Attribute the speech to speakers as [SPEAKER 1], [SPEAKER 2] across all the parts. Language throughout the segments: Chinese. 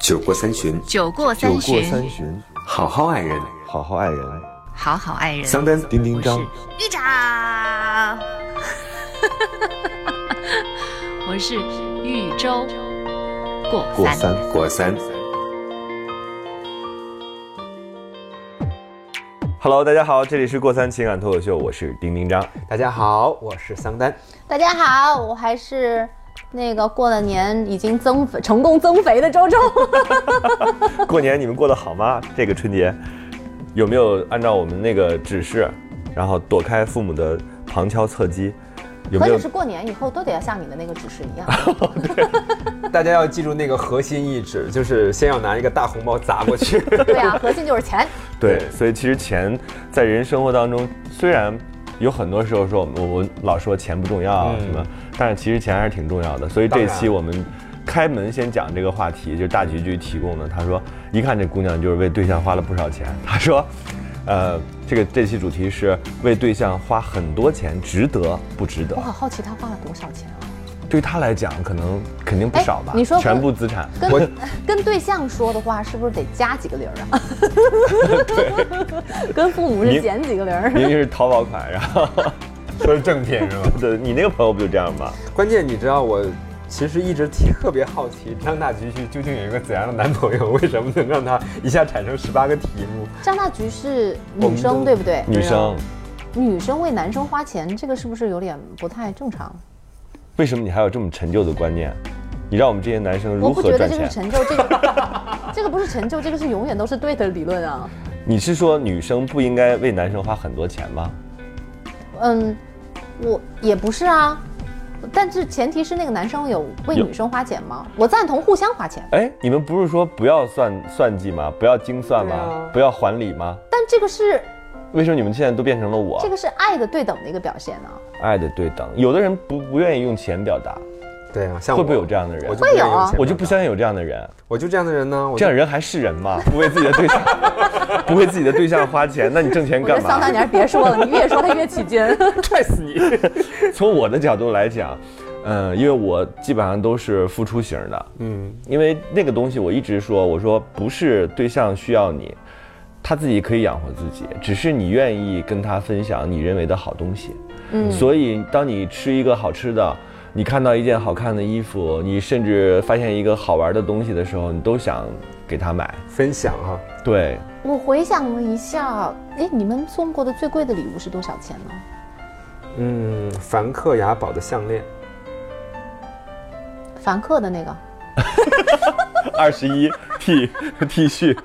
[SPEAKER 1] 酒过三巡，
[SPEAKER 2] 酒过
[SPEAKER 3] 酒
[SPEAKER 2] 三
[SPEAKER 3] 过
[SPEAKER 2] 巡，
[SPEAKER 3] 三巡，
[SPEAKER 1] 好好爱人。
[SPEAKER 3] 好好爱人。
[SPEAKER 2] 好好爱人。
[SPEAKER 1] 桑丹，
[SPEAKER 3] 丁丁张，
[SPEAKER 2] 玉长， 我是豫州过
[SPEAKER 3] 过
[SPEAKER 2] 三。
[SPEAKER 3] 三，
[SPEAKER 1] 果三，
[SPEAKER 3] Hello，大家好，这里是过三情感脱口秀，我是丁丁张。
[SPEAKER 4] 大家好，我是桑丹。
[SPEAKER 5] 大家好，我还是那个过了年已经增肥成功增肥的周周。
[SPEAKER 3] 过年你们过得好吗？这个春节有没有按照我们那个指示，然后躲开父母的旁敲侧击？有
[SPEAKER 5] 何
[SPEAKER 3] 没有
[SPEAKER 5] 止是过年以后都得要像你的那个指示 一样，
[SPEAKER 4] 大家要记住那个核心意志，就是先要拿一个大红包砸过 去。
[SPEAKER 5] 对啊，核心就是钱。
[SPEAKER 3] 对，所以其实钱在人生活当中，虽然有很多时候说我们我们老说钱不重要啊
[SPEAKER 4] 嗯
[SPEAKER 3] 什么，但是其实钱还是挺重要的。所以
[SPEAKER 4] 当
[SPEAKER 3] 这
[SPEAKER 4] 然
[SPEAKER 3] 期我们开门先讲这个话题，就是大局局提供的。他说，一看这姑娘就是为对象花了不少钱。他说，呃，这个这期主题是为对象花很多钱，值得不值得
[SPEAKER 5] 我？好好奇他花了多少钱啊？
[SPEAKER 3] 对他来讲，可能肯定不
[SPEAKER 5] 哎
[SPEAKER 3] 少吧。
[SPEAKER 5] 你说
[SPEAKER 3] 全
[SPEAKER 5] 我
[SPEAKER 3] 部资产，
[SPEAKER 5] 跟
[SPEAKER 4] 我
[SPEAKER 5] 跟对象说的话，是不是得加几个零 儿啊？对，跟父母
[SPEAKER 3] 你
[SPEAKER 5] 是减几个零儿。
[SPEAKER 3] 明明是淘宝款，然 后
[SPEAKER 4] 说是正品是吧？
[SPEAKER 3] 对你那个朋友不就这样吗？
[SPEAKER 4] 关键你知道我。其实一直特别好奇张大菊是究竟有一个怎样的男朋友，为什么能让他一下产生十八个题目？
[SPEAKER 5] 张大菊是
[SPEAKER 4] 我
[SPEAKER 5] 女
[SPEAKER 4] 们
[SPEAKER 5] 生
[SPEAKER 4] 都
[SPEAKER 5] 对不哎对？啊
[SPEAKER 3] 女生。
[SPEAKER 5] 女生为男生花钱，这个是不是有点不太正常？
[SPEAKER 3] 为什么你还有这么陈旧的观念？你让我们这些男生
[SPEAKER 5] 我
[SPEAKER 3] 如
[SPEAKER 5] 不
[SPEAKER 3] 何
[SPEAKER 5] 觉得
[SPEAKER 3] 赚
[SPEAKER 5] 这个
[SPEAKER 3] 钱
[SPEAKER 5] 是？成就，这个 这个不是成就，这个是永远都是对的理论啊。
[SPEAKER 3] 你是说女生不应该为男生花很多钱吗？
[SPEAKER 5] 嗯，我也不是啊，但是前提是那个男生有为
[SPEAKER 3] 有
[SPEAKER 5] 女生花钱吗？我赞同互相花钱，
[SPEAKER 3] 哎，你们不是说不要算算计吗？不要精算吗？
[SPEAKER 4] 对啊
[SPEAKER 3] 不要还礼吗？
[SPEAKER 5] 但这个是
[SPEAKER 3] 为什么你们现在都变成了我、
[SPEAKER 5] 这个是爱的对等的一个表现呢、啊
[SPEAKER 3] 爱的对等？有的人不不愿意用钱表达，
[SPEAKER 4] 对啊，像
[SPEAKER 3] 会不会
[SPEAKER 4] 我
[SPEAKER 3] 有这样的人
[SPEAKER 4] 我就不愿意
[SPEAKER 5] 会有啊
[SPEAKER 4] 用钱
[SPEAKER 3] 我就不
[SPEAKER 4] 买
[SPEAKER 3] 相信有这样的人。
[SPEAKER 4] 我就这样的人呢，我就
[SPEAKER 3] 这样人还是人吗？不为自己的对象， 不为自己的对象花钱，那你挣钱
[SPEAKER 5] 我觉
[SPEAKER 3] 干
[SPEAKER 5] 得
[SPEAKER 3] 嘛？
[SPEAKER 5] 桑丹，你还是别说了，你越说他越起劲。
[SPEAKER 4] 踹死你！
[SPEAKER 3] 从我的角度来讲，嗯，因为我基本上都是付出型的，
[SPEAKER 4] 嗯，
[SPEAKER 3] 因为那个东西我一直说，我说不是对象需要你，他自己可以养活自己，只是你愿意跟他分享你认为的好东西。
[SPEAKER 5] 嗯，
[SPEAKER 3] 所以当你吃一个好吃的，你看到一件好看的衣服，你甚至发现一个好玩的东西的时候，你都想给他买。
[SPEAKER 4] 分享哈、
[SPEAKER 3] 对，
[SPEAKER 5] 我回想了一下，哎，你们送过的最贵的礼物是多少钱呢？
[SPEAKER 4] 嗯，梵克雅宝的项链，
[SPEAKER 5] 凡客的那个，
[SPEAKER 3] 二十一 T T 恤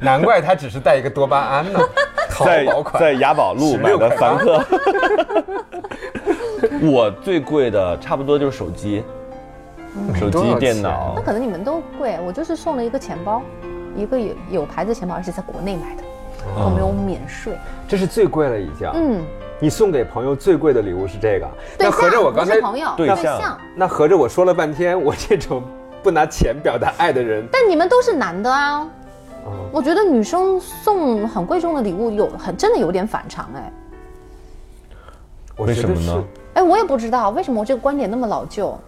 [SPEAKER 4] 难怪他只是带一个多巴胺 呢，淘
[SPEAKER 3] 在
[SPEAKER 4] 宝款。
[SPEAKER 3] 在雅宝路买
[SPEAKER 4] 16
[SPEAKER 3] 的
[SPEAKER 4] 块
[SPEAKER 3] 凡客。 我最贵的差不多就是手机，手
[SPEAKER 4] 嗯多
[SPEAKER 3] 机
[SPEAKER 4] 少、钱
[SPEAKER 3] 电脑
[SPEAKER 5] 那。可能你们都贵，我就是送了一个钱包，一个有有牌子钱包，而且在国内买的，我没有免税。
[SPEAKER 4] 这是最贵了已经。
[SPEAKER 5] 嗯，
[SPEAKER 4] 你送给朋友最贵的礼物是这个，
[SPEAKER 5] 对
[SPEAKER 4] 那合着我
[SPEAKER 5] 象
[SPEAKER 4] 刚
[SPEAKER 5] 不
[SPEAKER 4] 才
[SPEAKER 5] 是，朋友，
[SPEAKER 3] 对
[SPEAKER 5] 对
[SPEAKER 3] 象
[SPEAKER 5] 象。
[SPEAKER 4] 那合着我说了半天，我这种不拿钱表达爱的人，
[SPEAKER 5] 但你们都是男的啊，
[SPEAKER 4] 哦
[SPEAKER 5] 我觉得女生送很贵重的礼物有很真的有点反常哎
[SPEAKER 4] 我
[SPEAKER 3] 为
[SPEAKER 4] 觉
[SPEAKER 3] 什
[SPEAKER 4] 得
[SPEAKER 3] 么呢
[SPEAKER 5] 哎，我也不知道为什么我这个观点那么老旧，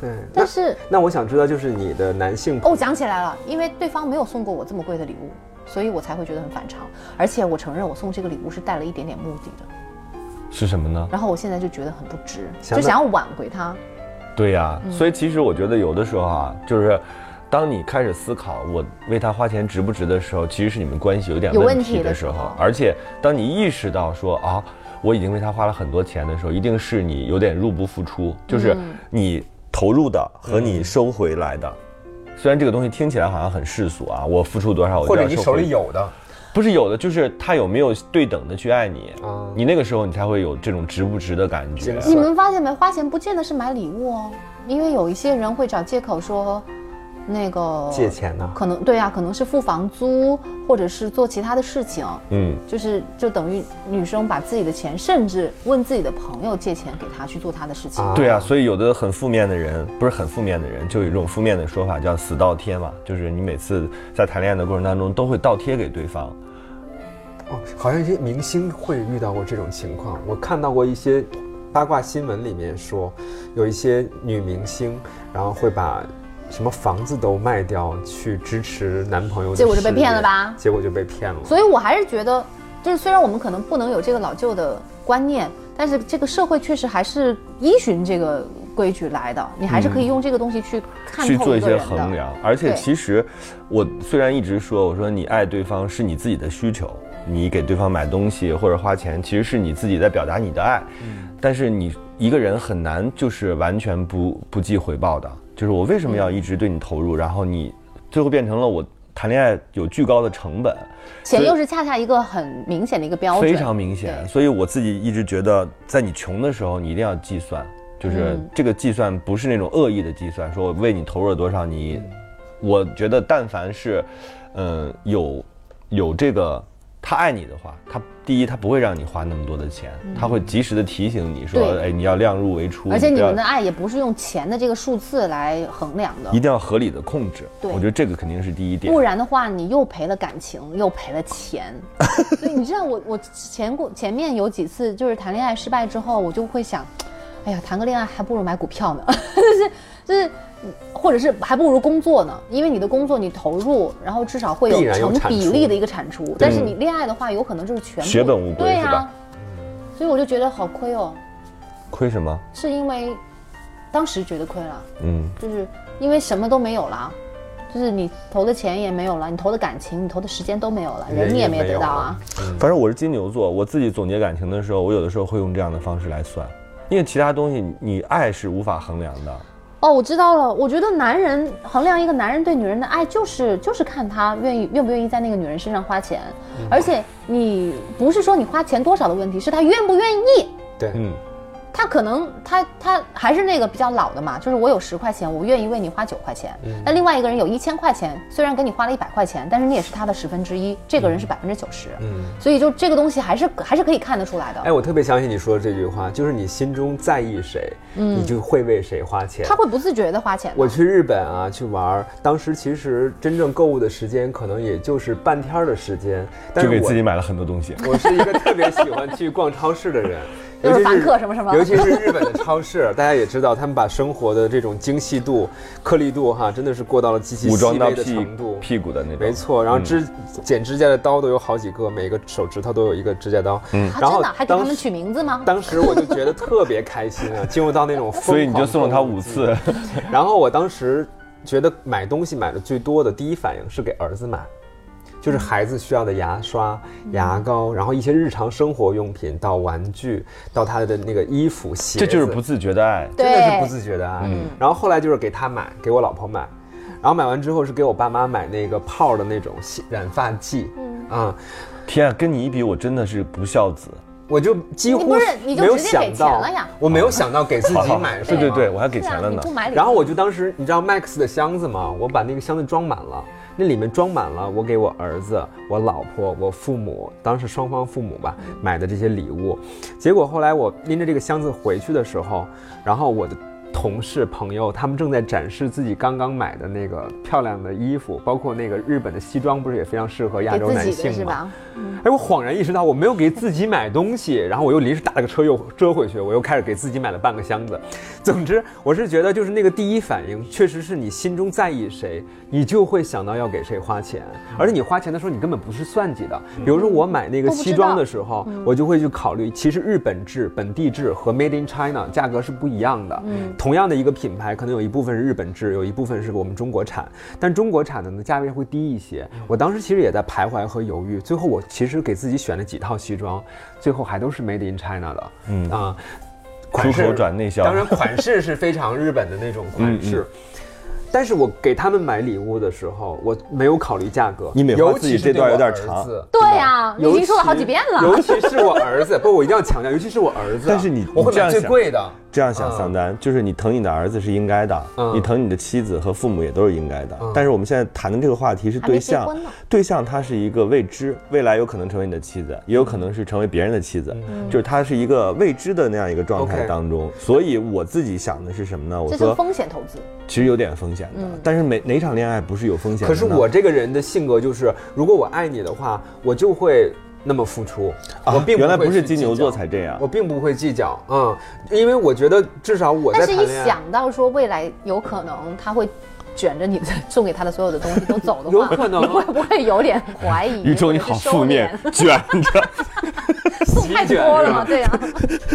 [SPEAKER 4] 是？对，
[SPEAKER 5] 但
[SPEAKER 4] 那
[SPEAKER 5] 是
[SPEAKER 4] 那我想知道，就是你的男性
[SPEAKER 5] 哦，我想起来了，因为对方没有送过我这么贵的礼物，所以我才会觉得很反常。而且我承认我送这个礼物是带了一点点目的的，
[SPEAKER 3] 是什么呢？
[SPEAKER 5] 然后我现在就觉得很不值，
[SPEAKER 4] 想
[SPEAKER 5] 就
[SPEAKER 4] 到
[SPEAKER 5] 想要挽回他。
[SPEAKER 3] 对呀、所以其实我觉得有的时候啊，就是当你开始思考我为他花钱值不值的时候，其实是你们关系有点
[SPEAKER 5] 有
[SPEAKER 3] 问
[SPEAKER 5] 问
[SPEAKER 3] 题
[SPEAKER 5] 题
[SPEAKER 3] 的
[SPEAKER 5] 的
[SPEAKER 3] 时
[SPEAKER 5] 时
[SPEAKER 3] 候。
[SPEAKER 5] 候
[SPEAKER 3] 而且当你意识到说啊，我已经为他花了很多钱的时候，一定是你有点入不敷出，就是你投入的和你收回来的。虽然这个东西听起来好像很世俗啊，我付出多
[SPEAKER 5] 哦
[SPEAKER 3] 少我就
[SPEAKER 4] 或者
[SPEAKER 3] 要
[SPEAKER 4] 你
[SPEAKER 3] 收
[SPEAKER 4] 手
[SPEAKER 3] 回
[SPEAKER 4] 里有的，
[SPEAKER 3] 不是有的，就是他有没有对等的去爱你，
[SPEAKER 4] 啊
[SPEAKER 3] 你那个时候你才会有这种值不值的感觉
[SPEAKER 4] 精。
[SPEAKER 5] 你们发现没？花钱不见得是买礼物哦，因为有一些人会找借口说，那个
[SPEAKER 4] 借钱呢
[SPEAKER 5] 可能对啊，可能是付房租，或者是做其他的事情。
[SPEAKER 3] 嗯，
[SPEAKER 5] 就是就等于女生把自己的钱，甚至问自己的朋友借钱给他去做他的事情。
[SPEAKER 4] 啊
[SPEAKER 3] 对啊，所以有的很负面的人，不是很负面的人，就有一种负面的说法叫“死倒贴”嘛，就是你每次在谈恋爱的过程当中都会倒贴给对方。
[SPEAKER 4] 哦，好像一些明星会遇到过这种情况。我看到过一些八卦新闻里面说，有一些女明星，然后会把什么房子都卖掉去支持男朋友的事
[SPEAKER 5] 结
[SPEAKER 4] 业，
[SPEAKER 5] 果就被骗了吧
[SPEAKER 4] 结果就被骗了。
[SPEAKER 5] 所以我还是觉得，就是虽然我们可能不能有这个老旧的观念，但是这个社会确实还是依循这个规矩来的。你还是可以用这个东西去
[SPEAKER 3] 嗯
[SPEAKER 5] 看
[SPEAKER 3] 去
[SPEAKER 5] 透
[SPEAKER 3] 做
[SPEAKER 5] 一
[SPEAKER 3] 一
[SPEAKER 5] 个
[SPEAKER 3] 些
[SPEAKER 5] 人的。
[SPEAKER 3] 衡量。而且
[SPEAKER 5] 对
[SPEAKER 3] 其实，我虽然一直说，我说你爱对方是你自己的需求，你给对方买东西或者花钱，其实是你自己在表达你的爱。
[SPEAKER 5] 嗯
[SPEAKER 3] 但是你一个人很难就是完全不不计回报的，就是我为什么要一直对你投入，然后你最后变成了我谈恋爱有巨高的成本。
[SPEAKER 5] 钱又是恰恰一个很明显的一个标准，
[SPEAKER 3] 非常明显。
[SPEAKER 5] 对
[SPEAKER 3] 所以我自己一直觉得，在你穷的时候，你一定要计算，就是
[SPEAKER 5] 嗯
[SPEAKER 3] 这个计算不是那种恶意的计算，说我为你投入了多少，你，
[SPEAKER 5] 嗯
[SPEAKER 3] 我觉得但凡是，嗯，有有这个。他爱你的话，他第一他不会让你花那么多的钱，他会及时的提醒你说，
[SPEAKER 5] 嗯对
[SPEAKER 3] 哎，你要量入为出，
[SPEAKER 5] 而且
[SPEAKER 3] 不
[SPEAKER 5] 你
[SPEAKER 3] 要
[SPEAKER 5] 们的爱也不是用钱的这个数字来衡量的
[SPEAKER 3] 一，定要合理的控制。
[SPEAKER 5] 对
[SPEAKER 3] 我觉得这个肯定是第一点
[SPEAKER 5] 不。然的话，你又赔了感情，又赔了 钱。所以你知道我，我前过前面有几次就是谈恋爱失败之后，我就会想，哎呀，谈个恋爱还不如买股票呢， 就是就是，或者是还不如工作呢，因为你的工作你投入，然后至少会
[SPEAKER 4] 必
[SPEAKER 5] 有
[SPEAKER 4] 然有
[SPEAKER 5] 成
[SPEAKER 4] 产
[SPEAKER 5] 比
[SPEAKER 4] 出嗯
[SPEAKER 5] 例的一个产出。但是你恋爱的话，有可能就是全部
[SPEAKER 3] 血本无归
[SPEAKER 5] 对
[SPEAKER 3] 是
[SPEAKER 5] 啊
[SPEAKER 3] 吧，
[SPEAKER 4] 嗯
[SPEAKER 5] 所以我就觉得好亏哦，
[SPEAKER 3] 亏什么？
[SPEAKER 5] 是因为当时觉得亏了。
[SPEAKER 3] 嗯，
[SPEAKER 5] 就是因为什么都没有了，啊就是你投的钱也没有了，你投的感情、你投的时间都没有了，人
[SPEAKER 4] 人
[SPEAKER 5] 你
[SPEAKER 4] 也
[SPEAKER 5] 也没
[SPEAKER 4] 没
[SPEAKER 5] 得
[SPEAKER 4] 有
[SPEAKER 5] 到
[SPEAKER 4] 了
[SPEAKER 5] 啊。
[SPEAKER 3] 反正我是金牛座，我自己总结感情的时候，我有的时候会用这样的方式来算，因为其他东西你爱是无法衡量的。
[SPEAKER 5] 哦，我知道了。我觉得男人衡量一个男人对女人的爱，就是就是看他愿意愿不愿意在那个女人身上花钱，
[SPEAKER 4] 嗯
[SPEAKER 5] 而且你不是说你花钱多少的问题，是他愿不愿意。
[SPEAKER 4] 对，
[SPEAKER 3] 嗯，
[SPEAKER 5] 他可能他他还是那个比较老的嘛，就是我有十块钱，我愿意为你花九块钱。
[SPEAKER 4] 嗯
[SPEAKER 5] 那、另外一个人有一千块钱，虽然给你花了一百块钱，但是你也是他的十分之一，这个人是百分之九十。
[SPEAKER 4] 嗯。
[SPEAKER 5] 所以就这个东西还是还是可以看得出来的。
[SPEAKER 4] 哎，我特别相信你说的这句话，就是你心中在意谁，你就会为谁花钱。
[SPEAKER 5] 嗯他会不自觉的花钱的。，
[SPEAKER 4] 我去日本啊，去玩儿，当时其实真正购物的时间可能也就是半天儿的时间，但
[SPEAKER 3] 就是给自己
[SPEAKER 4] 我
[SPEAKER 3] 买了很多东西。
[SPEAKER 4] 我是一个特别喜欢去逛超市的人
[SPEAKER 5] 就是
[SPEAKER 4] 尤其
[SPEAKER 5] 凡客什么什么
[SPEAKER 4] 尤其是日本的超市，大家也知道，他们把生活的这种精细度、颗粒度哈，真的是过到了极其
[SPEAKER 3] 武
[SPEAKER 4] 细
[SPEAKER 3] 装到
[SPEAKER 4] 微的
[SPEAKER 3] 屁
[SPEAKER 4] 程度。
[SPEAKER 3] 屁股的那种，
[SPEAKER 4] 没错，然后
[SPEAKER 3] 嗯
[SPEAKER 4] 指、剪指甲的刀都有好几个，每个手指头都有一个指甲刀。嗯，
[SPEAKER 5] 他
[SPEAKER 4] 然
[SPEAKER 5] 啊真
[SPEAKER 4] 后
[SPEAKER 5] 的还给他
[SPEAKER 4] 当时
[SPEAKER 5] 们取名字吗？
[SPEAKER 4] 当时我就觉得特别开心啊，进入到那种疯狂
[SPEAKER 3] 所以你就送了他五次。
[SPEAKER 4] 然后我当时觉得买东西买的最多的第一反应是给儿子买，就是孩子需要的牙刷、
[SPEAKER 5] 嗯
[SPEAKER 4] 牙膏，然后一些日常生活用品到玩具，到他的那个衣服、鞋子，
[SPEAKER 3] 这就是不自嗯觉的爱。
[SPEAKER 5] 对
[SPEAKER 4] 真的是不自觉的啊。然后后来就是给他买，给我老婆买，然后买完之后是给我爸妈买那个泡的那种洗染发剂，
[SPEAKER 5] 嗯
[SPEAKER 4] 啊、
[SPEAKER 3] 天啊，跟你一比，我真的是不孝子。
[SPEAKER 4] 我就几
[SPEAKER 5] 你
[SPEAKER 4] 乎
[SPEAKER 5] 不是你就
[SPEAKER 4] 没有
[SPEAKER 5] 直接给
[SPEAKER 4] 想到
[SPEAKER 5] 钱了呀
[SPEAKER 4] 我没有想到给自己买什
[SPEAKER 3] 哦 对
[SPEAKER 4] 么，
[SPEAKER 3] 对对，我还给
[SPEAKER 5] 是
[SPEAKER 3] 钱
[SPEAKER 5] 啊，
[SPEAKER 3] 了
[SPEAKER 5] 你
[SPEAKER 3] 呢
[SPEAKER 5] 不。买礼物，
[SPEAKER 4] 然后我就当时，你知道 Max 的箱子吗？我把那个箱子装满了，那里面装满了我给我儿子、我老婆、我父母，当时双方父母吧买的这些礼物。结果后来我拎着这个箱子回去的时候，然后我的。同事朋友，他们正在展示自己刚刚买的那个漂亮的衣服，包括那个日本的西装，不是也非常适合亚
[SPEAKER 5] 给
[SPEAKER 4] 洲男
[SPEAKER 5] 自己的
[SPEAKER 4] 性
[SPEAKER 5] 是
[SPEAKER 4] 吗？
[SPEAKER 5] 吧？
[SPEAKER 4] 哎，我恍然意识到我没有给自己买东西，然后我又临时打了个车又折回去，我又开始给自己买了半个箱子。 总之，我是觉得就是那个第一反应，确实是你心中在意谁，你就会想到要给谁花钱，而且你花钱的时候你根本不是算计的。比如说我买那个
[SPEAKER 5] 我不知
[SPEAKER 4] 西装
[SPEAKER 5] 道
[SPEAKER 4] 的时候，我就会去考虑，其实日本制、本地制和 Made in China 价格是不一样的。同样的一个品牌，可能有一部分是日本制，有一部分是我们中国产，但中国产的呢价位会低一些。我当时其实也在徘徊和犹豫，最后我其实给自己选了几套西装，最后还都是 Made in China 的。嗯啊。款式
[SPEAKER 3] 出口转内销
[SPEAKER 4] 当然款式是非常日本的那种款
[SPEAKER 3] 嗯
[SPEAKER 4] 式，但是我给他们买礼物的时候，我没有考虑价格。
[SPEAKER 3] 你美化
[SPEAKER 4] 尤
[SPEAKER 3] 自己
[SPEAKER 4] 其
[SPEAKER 3] 这
[SPEAKER 4] 是对
[SPEAKER 3] 段
[SPEAKER 4] 我
[SPEAKER 3] 有点
[SPEAKER 4] 儿
[SPEAKER 3] 长
[SPEAKER 4] 子啊
[SPEAKER 5] 对呀，你已
[SPEAKER 4] 尤
[SPEAKER 5] 经说了好
[SPEAKER 4] 其
[SPEAKER 5] 几遍
[SPEAKER 4] 尤
[SPEAKER 5] 了。
[SPEAKER 4] 其是我儿子，不，我一定要强调，尤其是我儿子。啊
[SPEAKER 3] 但是你
[SPEAKER 4] 我会
[SPEAKER 3] 你这
[SPEAKER 4] 买
[SPEAKER 3] 样
[SPEAKER 4] 最
[SPEAKER 3] 想
[SPEAKER 4] 贵的。
[SPEAKER 3] 这样想，
[SPEAKER 4] 嗯
[SPEAKER 3] 桑丹，就是你疼你的儿子是应该的，
[SPEAKER 4] 嗯
[SPEAKER 3] 你疼你的妻子和父母也都是应该的。
[SPEAKER 4] 嗯
[SPEAKER 3] 但是我们现在谈的这个话题是对象
[SPEAKER 5] 还没结婚呢，
[SPEAKER 3] 对象他是一个未知，未来有可能成为你的妻
[SPEAKER 4] 嗯
[SPEAKER 3] 子，也有可能是成为别人的妻子，就是他是一个未知的那样一个状态
[SPEAKER 4] OK
[SPEAKER 3] 当中。所以我自己想的是什么呢？我
[SPEAKER 5] 这是
[SPEAKER 3] 说
[SPEAKER 5] 风险嗯投资，
[SPEAKER 3] 其实有点风险的，但是每哪场恋爱不是有风险的呢？
[SPEAKER 4] 可是我这个人的性格就是，如果我爱你的话，我就会那么付出。
[SPEAKER 3] 啊
[SPEAKER 4] 我并
[SPEAKER 3] 原来
[SPEAKER 4] 会
[SPEAKER 3] 不是
[SPEAKER 4] 去
[SPEAKER 3] 金牛
[SPEAKER 4] 计
[SPEAKER 3] 座
[SPEAKER 4] 较
[SPEAKER 3] 才这样
[SPEAKER 4] 我并不会计较。嗯，因为我觉得至少我
[SPEAKER 5] 但
[SPEAKER 4] 在
[SPEAKER 5] 是
[SPEAKER 4] 谈
[SPEAKER 5] 一
[SPEAKER 4] 恋爱。
[SPEAKER 5] 想到说未来有可能他会卷着你的送给他的所有的东西都走的话，
[SPEAKER 4] 有可能啊
[SPEAKER 5] 你会不会有点怀疑？
[SPEAKER 3] 宇宙你
[SPEAKER 5] 或者
[SPEAKER 3] 好
[SPEAKER 5] 是
[SPEAKER 3] 负面
[SPEAKER 5] 收，敛，
[SPEAKER 3] 卷 着。
[SPEAKER 5] 送太 多了嘛，对
[SPEAKER 4] 啊
[SPEAKER 5] 啊呀、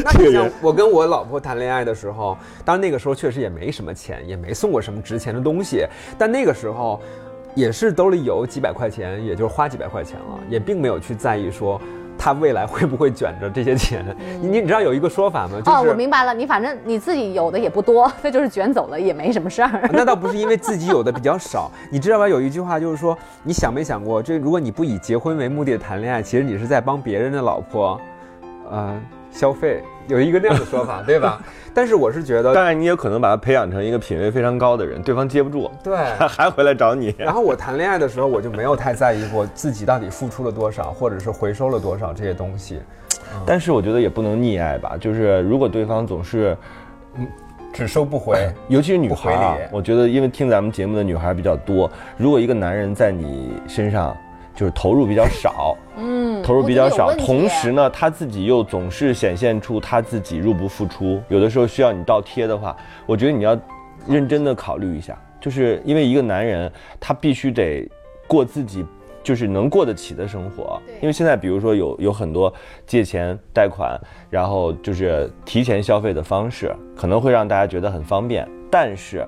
[SPEAKER 4] 那你像我跟我老婆谈恋爱的时候，当然那个时候确实也没什么钱，也没送过什么值钱的东西，但那个时候也是兜里有几百块钱，也就是花几百块钱了，也并没有去在意说。她未来会不会卷着这些钱？你你知道有一个说法吗？就是、
[SPEAKER 5] 嗯哦，我明白了，你反正你自己有的也不多，那就是卷走了也没什么 事儿。
[SPEAKER 4] 那倒不是因为自己有的比较少，你知道吧？有一句话就是说，你想没想过，这如果你不以结婚为目的地谈恋爱，其实你是在帮别人的老婆，呃，消费，有一个那样的说法，对吧？ 但是我是觉得，
[SPEAKER 3] 当然，你也可能把他培养成一个品味非常高的人，对方接不住，
[SPEAKER 4] 对。
[SPEAKER 3] 还还回来找你。
[SPEAKER 4] 然后我谈恋爱的时候，我就没有太在意过自己到底付出了多少，或者是回收了多少这些东西。
[SPEAKER 3] 但是我觉得也不能溺爱吧，就是如果对方总是，
[SPEAKER 4] 只收不回，
[SPEAKER 3] 尤其是女孩、啊
[SPEAKER 4] 不回礼，
[SPEAKER 3] 我觉得因为听咱们节目的女孩比较多，如果一个男人在你身上就是投入比较少，
[SPEAKER 5] 嗯，
[SPEAKER 3] 投入比较少，
[SPEAKER 5] 我觉得有问题
[SPEAKER 3] 同时呢，他自己又总是显现出他自己入不敷出，有的时候需要你倒贴的话，我觉得你要认真的考虑一下，就是因为一个男人他必须得过自己。就是能过得起的生活
[SPEAKER 5] 对，
[SPEAKER 3] 因为现在比如说有有很多借钱贷款，然后就是提前消费的方式，可能会让大家觉得很方便，但是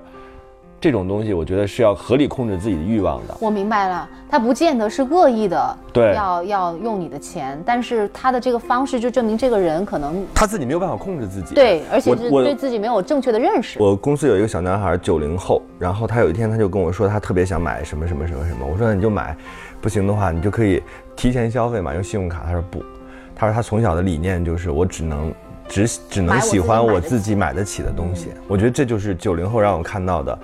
[SPEAKER 3] 这种东西我觉得是要合理控制自己的欲望的。
[SPEAKER 5] 我明白了，他不见得是恶意的，
[SPEAKER 3] 对
[SPEAKER 5] 要要用你的钱，但是他的这个方式就证明这个人可能
[SPEAKER 3] 他自己没有办法控制自己，
[SPEAKER 5] 对，而且
[SPEAKER 3] 我
[SPEAKER 5] 是
[SPEAKER 3] 我
[SPEAKER 5] 对自己没有正确的认识。
[SPEAKER 3] 我公司有一个小男孩，九零后，然后他有一天他就跟我说，他特别想买什么什么什么什么。我说那你就买，不行的话你就可以提前消费嘛，用信用卡。他说不，他说他从小的理念就是我只能只只能
[SPEAKER 5] 买我自己
[SPEAKER 3] 喜欢
[SPEAKER 5] 买
[SPEAKER 3] 我
[SPEAKER 5] 得
[SPEAKER 3] 自己买得起的东西。我觉得这就是九零后让我看到的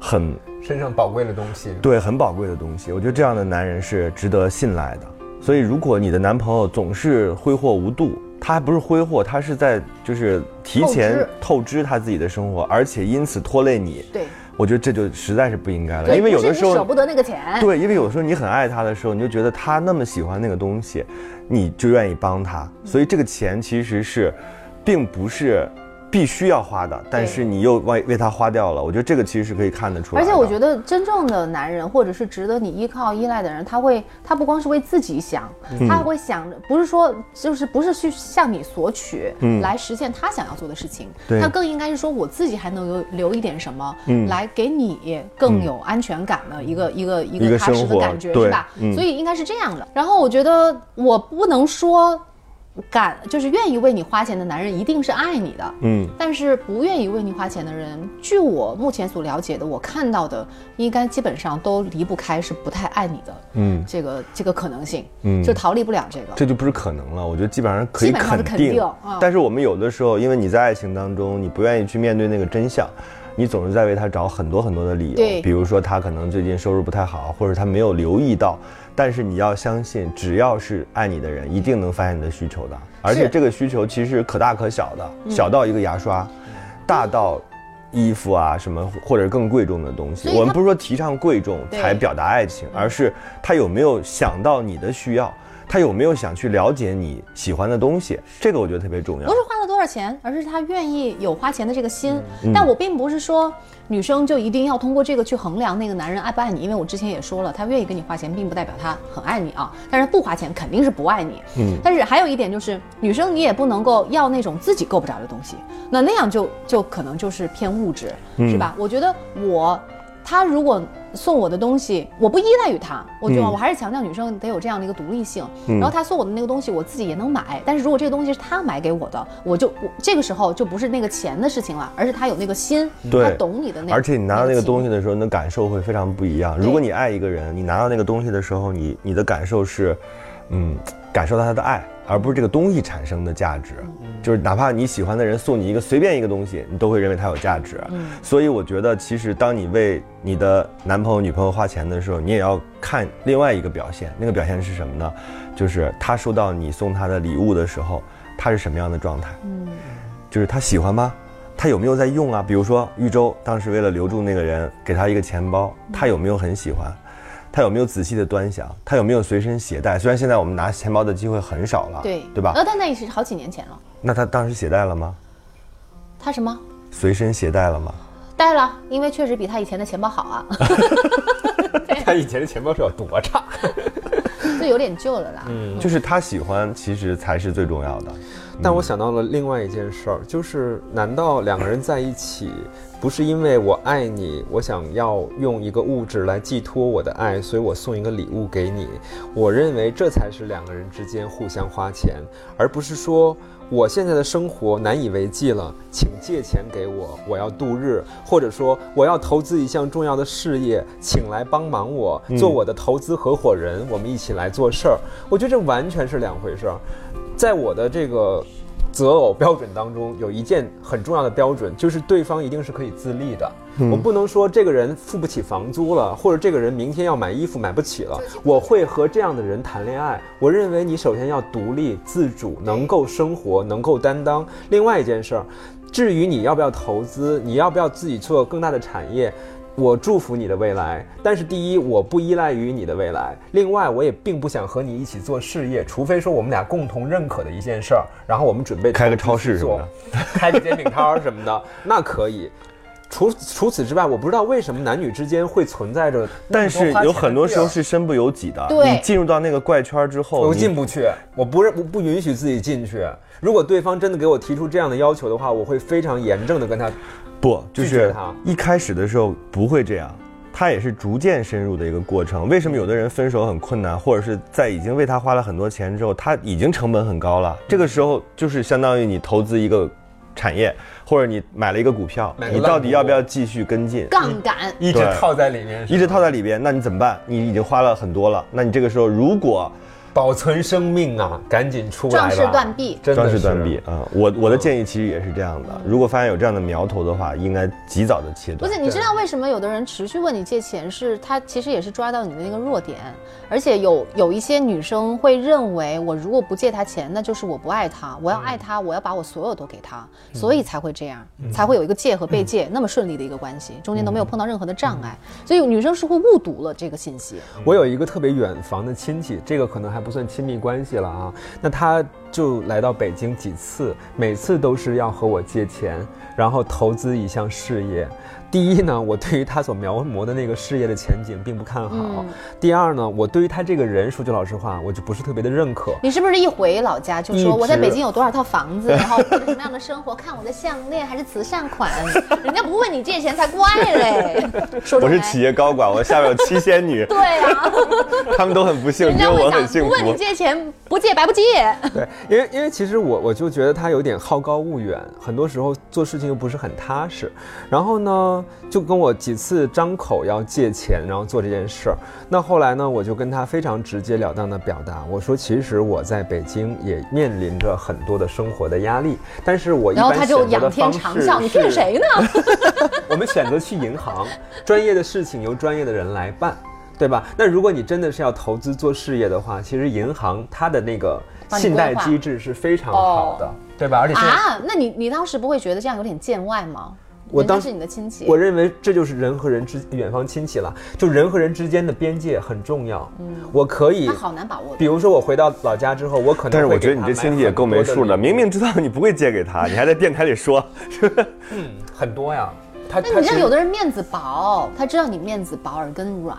[SPEAKER 3] 很
[SPEAKER 4] 身上宝贵的东西。
[SPEAKER 3] 对，很宝贵的东西。我觉得这样的男人是值得信赖的。所以，如果你的男朋友总是挥霍无度，他还不是挥霍，他是在就是提前透支他自己的生活，而且因此拖累你。
[SPEAKER 5] 对，
[SPEAKER 3] 我觉得这就实在是不应该了，
[SPEAKER 5] 对
[SPEAKER 3] 因为有的
[SPEAKER 5] 不是
[SPEAKER 3] 时
[SPEAKER 5] 你舍
[SPEAKER 3] 候
[SPEAKER 5] 不得那个钱，
[SPEAKER 3] 对，因为有的时候你很爱他的时候，你就觉得他那么喜欢那个东西，你就愿意帮他，
[SPEAKER 5] 嗯
[SPEAKER 3] 所以这个钱其实是，并不是必须要花的，但
[SPEAKER 5] 对
[SPEAKER 3] 是你又为为他花掉了。我觉得这个其实是可以看得出来
[SPEAKER 5] 而
[SPEAKER 3] 的。
[SPEAKER 5] 且我觉得真正的男人，或者是值得你依靠依赖的人，他会，他不光是为自己想，
[SPEAKER 3] 嗯
[SPEAKER 5] 他会想着，不是说就是不是去向你索取，来实现他想要做的事情，
[SPEAKER 3] 嗯对嗯
[SPEAKER 5] 他更应该是说我自己还能有留一点什么，来给你更有安全感的一个、一个一
[SPEAKER 3] 一
[SPEAKER 5] 个
[SPEAKER 3] 个
[SPEAKER 5] 踏实
[SPEAKER 3] 生
[SPEAKER 5] 的
[SPEAKER 3] 活
[SPEAKER 5] 感觉，
[SPEAKER 3] 对
[SPEAKER 5] 是吧？
[SPEAKER 3] 嗯
[SPEAKER 5] 所以应该是这样的。然后我觉得我不能说。敢就是愿意为你花钱的男人一定是爱你的，
[SPEAKER 3] 嗯。
[SPEAKER 5] 但是不愿意为你花钱的人，据我目前所了解的，我看到的应该基本上都离不开是不太爱你的，
[SPEAKER 3] 嗯，
[SPEAKER 5] 这个这个可能性，
[SPEAKER 3] 嗯
[SPEAKER 5] 就逃离不了这个。
[SPEAKER 3] 这就不是可能了，我觉得基本上可以
[SPEAKER 5] 基本上是
[SPEAKER 3] 肯
[SPEAKER 5] 肯
[SPEAKER 3] 定。
[SPEAKER 5] 定啊
[SPEAKER 3] 但是我们有的时候，因为你在爱情当中，你不愿意去面对那个真相，你总是在为他找很多很多的理由
[SPEAKER 5] 对，
[SPEAKER 3] 比如说他可能最近收入不太好，或者他没有留意到。但是你要相信，只要是爱你的人，一定能发现你的需求的。而且这个需求其实可大可小的，
[SPEAKER 5] 嗯
[SPEAKER 3] 小到一个牙刷，大到。衣服啊，什么或者更贵重的东西，
[SPEAKER 5] 所以它
[SPEAKER 3] 我们不是说提倡贵重
[SPEAKER 5] 对
[SPEAKER 3] 才表达爱情，而是他有没有想到你的需要，他有没有想去了解你喜欢的东西，这个我觉得特别重要
[SPEAKER 5] 不。是花了多少钱，而是他愿意有花钱的这个心。
[SPEAKER 3] 嗯
[SPEAKER 5] 但我并不是说女生就一定要通过这个去衡量那个男人爱不爱你，因为我之前也说了，他愿意跟你花钱，并不代表他很爱你啊。但是不花钱肯定是不爱你。嗯。但是还有一点就是，女生你也不能够要那种自己够不着的东西，那那样就就可能就是偏物质，
[SPEAKER 3] 嗯
[SPEAKER 5] 是吧？我觉得我。他如果送我的东西，我不依赖于他，我觉
[SPEAKER 3] 嗯
[SPEAKER 5] 得我还是强调女生得有这样的一个独立性。然后他送我的那个东西，我自己也能买，但是如果这个东西是他买给我的，我就我这个时候就不是那个钱的事情了，而是他有那个心，
[SPEAKER 3] 对
[SPEAKER 5] 他懂你的那个，
[SPEAKER 3] 而且你拿到那个东
[SPEAKER 5] 西，
[SPEAKER 3] 西的时候，你的感受会非常不一样。如果你爱一个人，你拿到那个东西的时候，你你的感受是，嗯，感受到他的爱，而不是这个东西产生的价值。
[SPEAKER 5] 嗯
[SPEAKER 3] 就是哪怕你喜欢的人送你一个随便一个东西，你都会认为它有价值。
[SPEAKER 5] 嗯
[SPEAKER 3] 所以我觉得，其实当你为你的男朋友、女朋友花钱的时候，你也要看另外一个表现。那个表现是什么呢？就是他收到你送他的礼物的时候，他是什么样的状态？就是他喜欢吗？他有没有在用啊？比如说玉州当时为了留住那个人，给他一个钱包，他有没有很喜欢？他有没有仔细的端详？他有没有随身携带？虽然现在我们拿钱包的机会很少了，
[SPEAKER 5] 对
[SPEAKER 3] 对吧
[SPEAKER 5] 呃，？但那也是好几年前了，
[SPEAKER 3] 那他当时携带了吗？
[SPEAKER 5] 他什么？
[SPEAKER 3] 随身携带了吗？
[SPEAKER 5] 带了，因为确实比他以前的钱包好啊，
[SPEAKER 4] 他以前的钱包是有多差？
[SPEAKER 5] 就有点旧了啦。
[SPEAKER 3] 就是他喜欢，其实才是最重要的。
[SPEAKER 4] 但我想到了另外一件事儿，就是难道两个人在一起，不是因为我爱你，我想要用一个物质来寄托我的爱，所以我送一个礼物给你？我认为这才是两个人之间互相花钱，而不是说我现在的生活难以为继了，请借钱给我，我要度日，或者说我要投资一项重要的事业，请来帮忙我，做我的投资合伙人，我们一起来做事儿。我觉得这完全是两回事儿。在我的这个择偶标准当中，有一件很重要的标准，就是对方一定是可以自立的。我不能说这个人付不起房租了，或者这个人明天要买衣服买不起了，我会和这样的人谈恋爱。我认为你首先要独立自主，能够生活，能够担当。另外一件事儿，至于你要不要投资，你要不要自己做更大的产业。我祝福你的未来，但是第一，我不依赖于你的未来；另外，我也并不想和你一起做事业，除非说我们俩共同认可的一件事儿，然后我们准备
[SPEAKER 3] 开个超
[SPEAKER 4] 投资
[SPEAKER 3] 市
[SPEAKER 4] 去做，开个煎饼摊儿什么的，那可以。除除此之外，我不知道为什么男女之间会存在着那 么多花钱的
[SPEAKER 3] 但是
[SPEAKER 4] 地儿，啊
[SPEAKER 3] 有很多时候是身不由己的。
[SPEAKER 5] 对
[SPEAKER 3] 你进入到那个怪圈之后，
[SPEAKER 4] 我
[SPEAKER 3] 你
[SPEAKER 4] 进不去，我不哦是我不允许自己进去。如果对方真的给我提出这样的要求的话，我会非常严正的跟他
[SPEAKER 3] 不就
[SPEAKER 4] 拒绝
[SPEAKER 3] 是
[SPEAKER 4] 他
[SPEAKER 3] 一开始的时候不会这样，他也是逐渐深入的一个过程。为什么有的人分手很困难，或者是在已经为他花了很多钱之后，他已经成本很高了，
[SPEAKER 4] 嗯
[SPEAKER 3] 这个时候就是相当于你投资一个产业，或者你买了一个股票
[SPEAKER 4] 买，个
[SPEAKER 3] 你
[SPEAKER 4] 烂
[SPEAKER 3] 到底
[SPEAKER 4] 股
[SPEAKER 3] 要不要继续跟进？
[SPEAKER 5] 杠杆，
[SPEAKER 4] 一直
[SPEAKER 3] 对
[SPEAKER 4] 套在里面，
[SPEAKER 3] 一直套在里边，那你怎么办？你已经花了很多了，那你这个时候如果
[SPEAKER 4] 保存生命啊，赶紧出来吧！
[SPEAKER 5] 壮士断臂
[SPEAKER 4] 真的
[SPEAKER 3] 壮士
[SPEAKER 4] 是嗯
[SPEAKER 3] 断臂。啊、我我的建议其实也是这样的，如果发现有这样的苗头的话，应该及早的切
[SPEAKER 5] 不
[SPEAKER 3] 断
[SPEAKER 5] 是，。你知道为什么有的人持续问你借钱是，他其实也是抓到你的那个弱点，而且有有一些女生会认为，我如果不借他钱，那就是我不爱他，我要爱他，我要把我所有都给他，所以才会这样，才会有一个借和被借那么顺利的一个关系，中间都没有碰到任何的障碍，所以女生是会误读了这个信息，
[SPEAKER 4] 我有一个特别远房的亲戚，这个可能还不算亲密关系了啊。那他就来到北京几次，每次都是要和我借钱，然后投资一项事业。第一呢，我对于他所描摹的那个事业的前景并不看好；
[SPEAKER 5] 嗯
[SPEAKER 4] 第二呢，我对于他这个人，说句老实话，我就不是特别的认可。
[SPEAKER 5] 你是不是一回老家就说
[SPEAKER 4] 一直
[SPEAKER 5] 我在北京有多少套房子，然后过着什么样的生活？看我的项链还是慈善款，人家不问你借钱才怪嘞。说出
[SPEAKER 3] 我是
[SPEAKER 5] 来，
[SPEAKER 3] 企业高管，我下面有七仙女
[SPEAKER 5] 对 啊，
[SPEAKER 3] 她们都很不幸，
[SPEAKER 5] 人
[SPEAKER 3] 只
[SPEAKER 5] 家
[SPEAKER 3] 有我
[SPEAKER 5] 会
[SPEAKER 3] 很
[SPEAKER 5] 想
[SPEAKER 3] 幸
[SPEAKER 5] 不问你
[SPEAKER 3] 福。
[SPEAKER 5] 借钱，不借白不借。
[SPEAKER 4] 对，因为因为其实我我就觉得他有点好高骛远，很多时候做事情又不是很踏实。然后呢，就跟我几次张口要借钱，然后做这件事儿。那后来呢，我就跟他非常直截了当的表达，我说其实我在北京也面临着很多的生活的压力，但是我一
[SPEAKER 5] 然后
[SPEAKER 4] 般
[SPEAKER 5] 他
[SPEAKER 4] 选
[SPEAKER 5] 就
[SPEAKER 4] 择的
[SPEAKER 5] 仰天
[SPEAKER 4] 方
[SPEAKER 5] 长
[SPEAKER 4] 式
[SPEAKER 5] 啸，你骗
[SPEAKER 4] 是
[SPEAKER 5] 谁呢？
[SPEAKER 4] 我们选择去银行，专业的事情由专业的人来办，对吧？那如果你真的是要投资做事业的话，其实银行它的那个
[SPEAKER 5] 帮你
[SPEAKER 4] 信贷
[SPEAKER 5] 规划哦
[SPEAKER 4] 机制是非常好的，对吧？而且现在
[SPEAKER 5] 啊，那你你当时不会觉得这样有点见外吗？
[SPEAKER 4] 我当
[SPEAKER 5] 人家是你的亲戚，
[SPEAKER 4] 我认为这就是人和人之远方亲戚了，就人和人之间的边界很重要。嗯，我可以
[SPEAKER 5] 他，好难把握的
[SPEAKER 4] 比。如说我回到老家之后，我可能
[SPEAKER 3] 但是
[SPEAKER 4] 会
[SPEAKER 3] 我觉
[SPEAKER 4] 给
[SPEAKER 3] 得你
[SPEAKER 4] 他
[SPEAKER 3] 这
[SPEAKER 4] 买
[SPEAKER 3] 亲戚也
[SPEAKER 4] 很
[SPEAKER 3] 够
[SPEAKER 4] 多
[SPEAKER 3] 没
[SPEAKER 4] 的
[SPEAKER 3] 数
[SPEAKER 4] 礼
[SPEAKER 3] 的，
[SPEAKER 4] 物
[SPEAKER 3] 明明知道你不会借给他，你还在电台里说，
[SPEAKER 4] 嗯很多呀。他
[SPEAKER 5] 那
[SPEAKER 4] 他
[SPEAKER 5] 你知道
[SPEAKER 4] 是
[SPEAKER 5] 有的人面子薄，他知道你面子薄耳根软，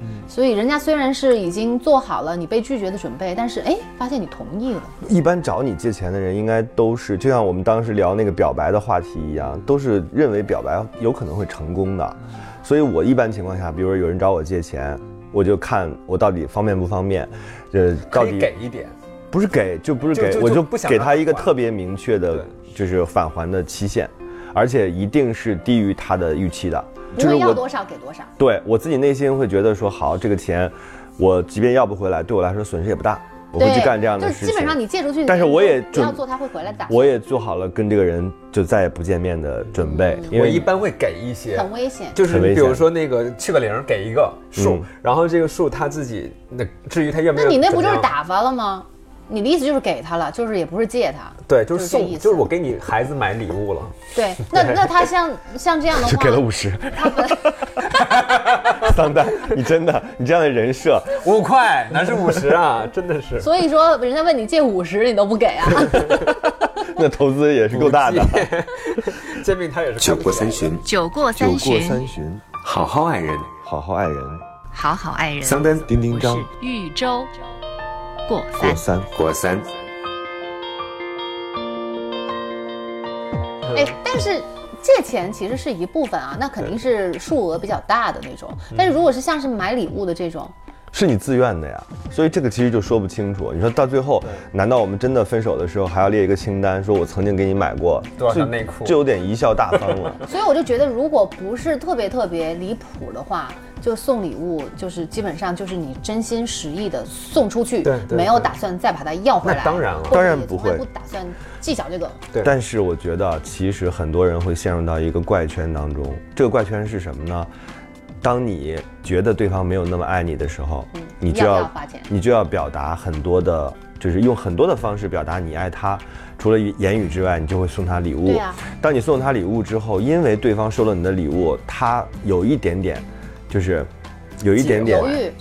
[SPEAKER 3] 嗯
[SPEAKER 5] 所以人家虽然是已经做好了你被拒绝的准备，但是哎，发现你同意了，
[SPEAKER 3] 一般找你借钱的人应该都是，就像我们当时聊那个表白的话题一样，都是认为表白有可能会成功的。所以我一般情况下，比如说有人找我借钱，我就看我到底方便不方便，呃，到
[SPEAKER 4] 可以
[SPEAKER 3] 底
[SPEAKER 4] 给一点。
[SPEAKER 3] 不是给就不是给，
[SPEAKER 4] 就就
[SPEAKER 3] 我
[SPEAKER 4] 就
[SPEAKER 3] 就
[SPEAKER 4] 不想
[SPEAKER 3] 给
[SPEAKER 4] 让
[SPEAKER 3] 他
[SPEAKER 4] 他
[SPEAKER 3] 一个
[SPEAKER 4] 还
[SPEAKER 3] 特别明确的
[SPEAKER 4] 对，
[SPEAKER 3] 就是返还的期限，而且一定是低于他的预期的。
[SPEAKER 5] 不
[SPEAKER 3] 就
[SPEAKER 5] 会
[SPEAKER 3] 是
[SPEAKER 5] 要
[SPEAKER 3] 我
[SPEAKER 5] 多少给多少。
[SPEAKER 3] 对我自己内心会觉得说，好，这个钱我即便要不回来，对我来说损失也不大，我会
[SPEAKER 5] 对，
[SPEAKER 3] 去干这样的
[SPEAKER 5] 就是
[SPEAKER 3] 事情。
[SPEAKER 5] 基本上你借出去，
[SPEAKER 3] 但是我也
[SPEAKER 5] 不要
[SPEAKER 3] 准
[SPEAKER 5] 做他会回来打，
[SPEAKER 3] 我也做好了跟这个人就再也不见面的准备，因
[SPEAKER 4] 我
[SPEAKER 3] 为
[SPEAKER 4] 一般会给一些，
[SPEAKER 5] 很危险。
[SPEAKER 4] 就是
[SPEAKER 3] 很危
[SPEAKER 4] 比
[SPEAKER 3] 险
[SPEAKER 4] 如说那个去个零儿给一个数，
[SPEAKER 3] 嗯
[SPEAKER 4] 然后这个数他自己那至于他愿不
[SPEAKER 5] 那
[SPEAKER 4] 愿意，
[SPEAKER 5] 你那不就是？打发了吗？你的意思就是给他了，就是也不是借他。
[SPEAKER 4] 对，就是
[SPEAKER 5] 这
[SPEAKER 4] 送，
[SPEAKER 5] 意思
[SPEAKER 4] 就是我给你孩子买礼物了。
[SPEAKER 5] 对，那那他像像这样的
[SPEAKER 3] 只
[SPEAKER 5] 话，
[SPEAKER 3] 给了五十。
[SPEAKER 5] 他本
[SPEAKER 3] 桑 丹，你真的，你这样的人设，
[SPEAKER 4] 五块，哪是五十啊？真的是
[SPEAKER 5] 所以说人家问你借五十，你都不给 啊？
[SPEAKER 3] 那投资也是够大的。
[SPEAKER 4] 煎饼，他也是
[SPEAKER 1] 酒
[SPEAKER 4] 故意
[SPEAKER 1] 过
[SPEAKER 4] 的
[SPEAKER 1] 三巡，
[SPEAKER 2] 酒过三 巡，
[SPEAKER 1] 巡，好好爱人。
[SPEAKER 3] 好好爱人，
[SPEAKER 2] 好好爱人。
[SPEAKER 1] 桑丹叮叮
[SPEAKER 2] 我是豫州过三。
[SPEAKER 3] 三。
[SPEAKER 1] 过三，
[SPEAKER 5] 哎，但是借钱其实是一部分啊，那肯定是数额比较大的那种。
[SPEAKER 3] 嗯
[SPEAKER 5] 但是如果是像是买礼物的这种，
[SPEAKER 3] 是你自愿的呀，所以这个其实就说不清楚。你说到最后，难道我们真的分手的时候还要列一个清单，说我曾经给你买过
[SPEAKER 4] 多少条
[SPEAKER 3] 这
[SPEAKER 4] 内裤
[SPEAKER 3] 这有点贻笑大方了。
[SPEAKER 5] 所以我就觉得，如果不是特别特别离谱的话，就送礼物，就是基本上就是你真心实意的送出去，
[SPEAKER 4] 对对
[SPEAKER 5] 没有
[SPEAKER 4] 对
[SPEAKER 5] 打算再把它要回来。
[SPEAKER 4] 那当然了
[SPEAKER 5] 或者
[SPEAKER 3] 当然
[SPEAKER 5] 也
[SPEAKER 3] 不
[SPEAKER 5] 从来
[SPEAKER 3] 会
[SPEAKER 5] 不打算计较这个。
[SPEAKER 4] 对
[SPEAKER 3] 但是我觉得，其实很多人会陷入到一个怪圈当中。这个怪圈是什么呢？当你觉得对方没有那么爱你的时候，你就
[SPEAKER 5] 要
[SPEAKER 3] 要
[SPEAKER 5] 嗯不要花钱
[SPEAKER 3] 你就要表达很多的，就是用很多的方式表达你爱他。除了言语之外，你就会送他礼物。
[SPEAKER 5] 对啊
[SPEAKER 3] 当你送他礼物之后，因为对方收了你的礼物，他有一点点，就是有一点点
[SPEAKER 5] 犹豫，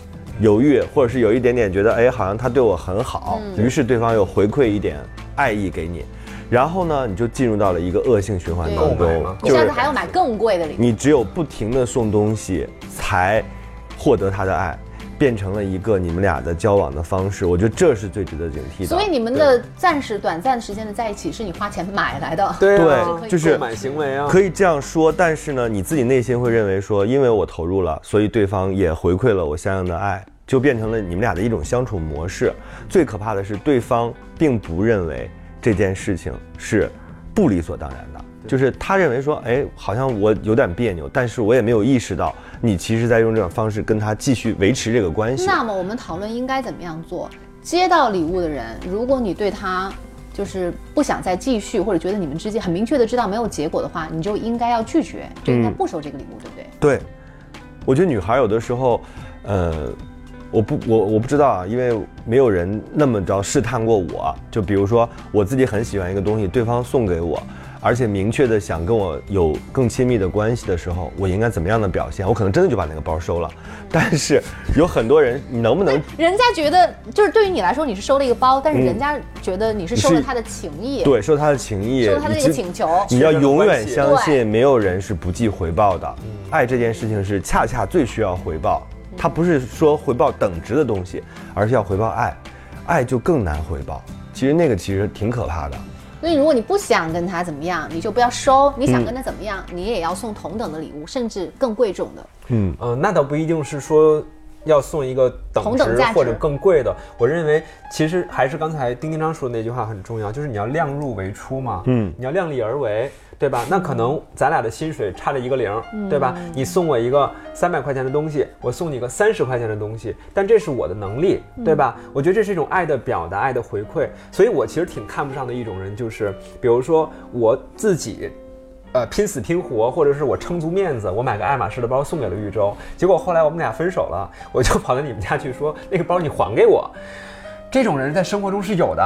[SPEAKER 3] 犹豫，或者是有一点点觉得，哎，好像他对我很好，
[SPEAKER 5] 嗯
[SPEAKER 3] 于是对方又回馈一点爱意给你，然后呢，你就进入到了一个恶性循环当
[SPEAKER 4] 购买
[SPEAKER 3] 中
[SPEAKER 4] 吗，
[SPEAKER 5] 你
[SPEAKER 3] 就
[SPEAKER 5] 下次
[SPEAKER 3] 是
[SPEAKER 5] 还要买更贵的礼物。
[SPEAKER 3] 你只有不停的送东西，才获得他的爱，变成了一个你们俩的交往的方式。我觉得这是最值得警惕的。
[SPEAKER 5] 所以你们的暂时短暂时间的在一起，是你花钱买来的。
[SPEAKER 4] 对
[SPEAKER 3] 对
[SPEAKER 4] 啊，
[SPEAKER 3] 就是
[SPEAKER 4] 购买行为啊，
[SPEAKER 3] 可以这样说，但是呢，你自己内心会认为说，因为我投入了，所以对方也回馈了我相应的爱，就变成了你们俩的一种相处模式。最可怕的是，对方并不认为这件事情是不理所当然的，就是他认为说，哎，好像我有点别扭，但是我也没有意识到你其实在用这种方式跟他继续维持这个关系。
[SPEAKER 5] 那么我们讨论应该怎么样做？接到礼物的人，如果你对他就是不想再继续，或者觉得你们之间很明确的知道没有结果的话，你就应该要拒绝，就应该不收这个礼物，对不对？
[SPEAKER 3] 对，我觉得女孩有的时候，呃，我不我我不知道啊，因为没有人那么着试探过我。啊就比如说我自己很喜欢一个东西，对方送给我，而且明确的想跟我有更亲密的关系的时候，我应该怎么样的表现？我可能真的就把那个包收了。但是有很多人，你能不能
[SPEAKER 5] 人家觉得就是对于你来说你是收了一个包，但是人家觉得你是收了他的情谊，
[SPEAKER 3] 对受他的情谊，
[SPEAKER 5] 收了他的
[SPEAKER 3] 以
[SPEAKER 5] 这个
[SPEAKER 3] 及
[SPEAKER 5] 请求。
[SPEAKER 3] 你要永远相
[SPEAKER 5] 对
[SPEAKER 3] 信，没有人是不计回报的。爱这件事情是恰恰最需要回报，它不是说回报等值的东西，而是要回报爱，爱就更难回报。其实那个其实挺可怕的。
[SPEAKER 5] 所以如果你不想跟他怎么样，你就不要收；你想跟他怎么样，你也要送同等的礼物，甚至更贵重的。
[SPEAKER 3] 嗯，
[SPEAKER 4] 嗯，那倒不一定是说要送一个等
[SPEAKER 5] 同等
[SPEAKER 4] 值
[SPEAKER 5] 价值
[SPEAKER 4] 或者更贵的。我认为其实还是刚才丁丁章说的那句话很重要，就是你要量入为出嘛，嗯，你要量力而为，对吧？那可能咱俩的薪水差了一个零，
[SPEAKER 5] 嗯
[SPEAKER 4] 对吧？你送我一个三百块钱的东西，我送你一个三十块钱的东西，但这是我的能力，
[SPEAKER 5] 嗯
[SPEAKER 4] 对吧？我觉得这是一种爱的表达，爱的回馈。所以我其实挺看不上的一种人，就是比如说我自己呃拼死拼活，或者是我撑足面子，我买个爱马仕的包送给了玉州，结果后来我们俩分手了，我就跑到你们家去说那个包你还给我。这种人在生活中是有的，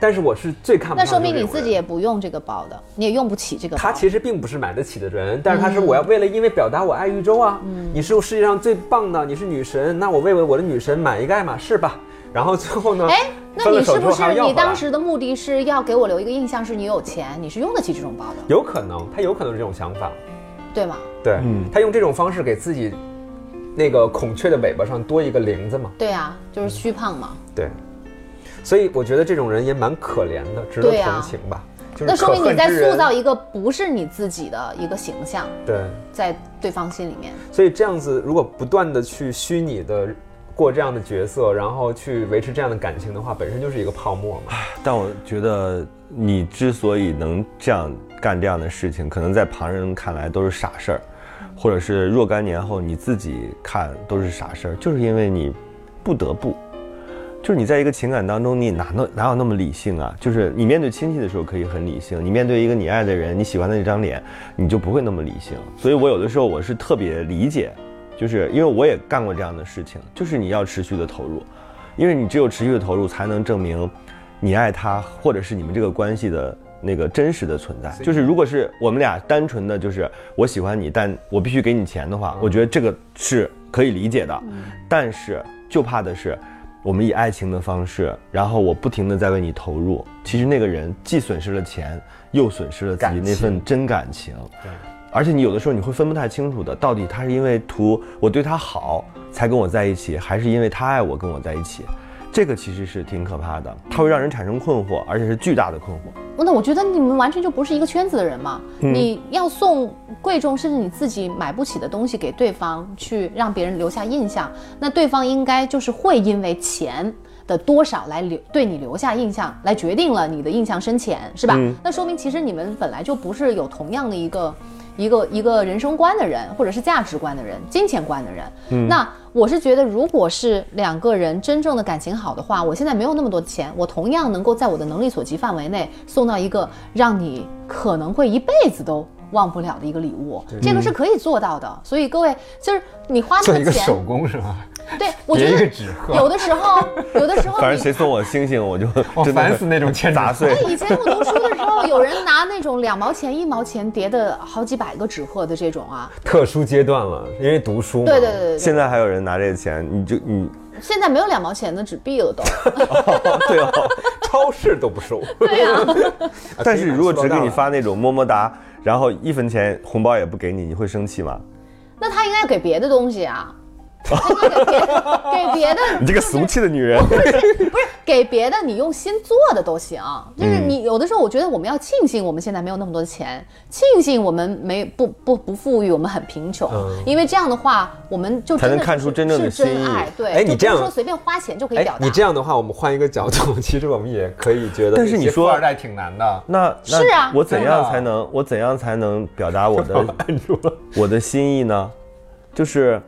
[SPEAKER 4] 但是我是最看不
[SPEAKER 5] 那
[SPEAKER 4] 上
[SPEAKER 5] 说明
[SPEAKER 4] 这
[SPEAKER 5] 你
[SPEAKER 4] 种
[SPEAKER 5] 自己
[SPEAKER 4] 人
[SPEAKER 5] 也不用这个包的，你也用不起这个包。
[SPEAKER 4] 他其实并不是买得起的人，但是他是
[SPEAKER 5] 嗯
[SPEAKER 4] 我要为了因为表达我爱玉州啊，你是世界上最棒的，你是女神，那我为我的女神买一个爱马仕吧。然后最后呢？
[SPEAKER 5] 哎，那
[SPEAKER 4] 分了
[SPEAKER 5] 你
[SPEAKER 4] 手
[SPEAKER 5] 是
[SPEAKER 4] 之
[SPEAKER 5] 不
[SPEAKER 4] 后
[SPEAKER 5] 是
[SPEAKER 4] 还要
[SPEAKER 5] 你
[SPEAKER 4] 回来
[SPEAKER 5] 当时的目的是要给我留一个印象，是你有钱，你是用得起这种包的，
[SPEAKER 4] 有可能，他有可能是这种想法，
[SPEAKER 5] 对吗？
[SPEAKER 4] 对、他用这种方式给自己那个孔雀的尾巴上多一个翎子嘛。
[SPEAKER 5] 对啊，就是虚胖嘛。
[SPEAKER 4] 对，所以我觉得这种人也蛮可怜的，值得
[SPEAKER 5] 对啊
[SPEAKER 4] 同情吧。嗯就是
[SPEAKER 5] 那说明
[SPEAKER 4] 可
[SPEAKER 5] 你
[SPEAKER 4] 恨
[SPEAKER 5] 在
[SPEAKER 4] 之人
[SPEAKER 5] 塑造一个不是你自己的一个形象，
[SPEAKER 4] 对，
[SPEAKER 5] 在对方心里面。
[SPEAKER 4] 所以这样子如果不断的去虚拟的过这样的角色，然后去维持这样的感情的话，本身就是一个泡沫 嘛。
[SPEAKER 3] 但我觉得你之所以能这样干这样的事情，可能在旁人看来都是傻事儿，或者是若干年后你自己看都是傻事儿，就是因为你不得不。就是你在一个情感当中，你哪能哪有那么理性啊？就是你面对亲戚的时候可以很理性，你面对一个你爱的人、你喜欢的那张脸，你就不会那么理性。所以我有的时候我是特别理解，就是因为我也干过这样的事情，就是你要持续的投入，因为你只有持续的投入，才能证明你爱他，或者是你们这个关系的那个真实的存在。就是如果是我们俩单纯的就是我喜欢你，但我必须给你钱的话，我觉得这个是可以理解的。但是就怕的是，我们以爱情的方式，然后我不停的在为你投入，其实那个人既损失了钱，又损失了自己
[SPEAKER 4] 感
[SPEAKER 3] 那份
[SPEAKER 4] 情
[SPEAKER 3] 真感情。
[SPEAKER 4] 对，
[SPEAKER 3] 而且你有的时候你会分不太清楚的，到底他是因为图我对他好才跟我在一起，还是因为他爱我跟我在一起？这个其实是挺可怕的，它会让人产生困惑，而且是巨大的困惑。
[SPEAKER 5] 那我觉得你们完全就不是一个圈子的人嘛。你要送贵重甚至你自己买不起的东西给对方，去让别人留下印象，那对方应该就是会因为钱的多少来留对你留下印象，来决定了你的印象深浅，是吧？那说明其实你们本来就不是有同样的一个。一个一个人生观的人，或者是价值观的人、金钱观的人，
[SPEAKER 3] 嗯
[SPEAKER 5] 那我是觉得，如果是两个人真正的感情好的话，我现在没有那么多钱，我同样能够在我的能力所及范围内送到一个让你可能会一辈子都忘不了的一个礼物，这个是可以做到的。所以各位，就是你花这
[SPEAKER 4] 做一
[SPEAKER 5] 个
[SPEAKER 4] 个
[SPEAKER 5] 钱，
[SPEAKER 3] 嗯
[SPEAKER 4] 手工是吗？
[SPEAKER 5] 对我觉
[SPEAKER 4] 别一个
[SPEAKER 5] 得
[SPEAKER 4] 纸鹤
[SPEAKER 5] 有的时候，有的时 候
[SPEAKER 3] 反正
[SPEAKER 5] 你
[SPEAKER 3] 谁送我星星，我就
[SPEAKER 4] 我
[SPEAKER 3] 真的
[SPEAKER 4] 烦死那种欠
[SPEAKER 3] 砸碎。
[SPEAKER 5] 以前我读书的时候，有人拿那种两毛钱、一毛钱叠的好几百个纸鹤的这种啊，
[SPEAKER 4] 特殊阶段了，因为读书嘛。
[SPEAKER 5] 对对对对对，
[SPEAKER 3] 现在还有人拿这个钱，你就 你
[SPEAKER 5] 现在没有两毛钱的纸币了都。
[SPEAKER 3] 对哦。
[SPEAKER 4] 超市都不 收。啊对呀、
[SPEAKER 3] 但是如果只给你发那种么么哒，然后一分钱红包也不给你，你会生气吗？
[SPEAKER 5] 那他应该给别的东西啊，他应该给别的，给别的，
[SPEAKER 3] 你这个俗气的女 人，
[SPEAKER 5] 给别的，你用心做的都行。就是
[SPEAKER 4] 嗯
[SPEAKER 5] 你有的时候，我觉得我们要庆幸我们现在没有那么多钱，庆幸我们没不不不富裕，我们很贫穷，
[SPEAKER 4] 嗯
[SPEAKER 5] 因为这样的话，我们就
[SPEAKER 3] 才
[SPEAKER 5] 真的
[SPEAKER 3] 能看出
[SPEAKER 5] 是
[SPEAKER 3] 真正的心
[SPEAKER 5] 是真
[SPEAKER 3] 意
[SPEAKER 5] 爱。对，
[SPEAKER 4] 哎你
[SPEAKER 5] 就不
[SPEAKER 4] 这样
[SPEAKER 5] 是说随便花钱就可以
[SPEAKER 4] 哎
[SPEAKER 5] 表，达。
[SPEAKER 4] 你这样的话，我们换一个角度， 其实我们也可以觉得，
[SPEAKER 3] 但是你说
[SPEAKER 4] 富二代挺难的。
[SPEAKER 3] 那那
[SPEAKER 5] 是啊
[SPEAKER 3] 我怎
[SPEAKER 4] 真
[SPEAKER 3] 样
[SPEAKER 4] 的
[SPEAKER 3] 才能我怎样才能表达我的
[SPEAKER 4] 按住了，
[SPEAKER 3] 我的心意呢，就是，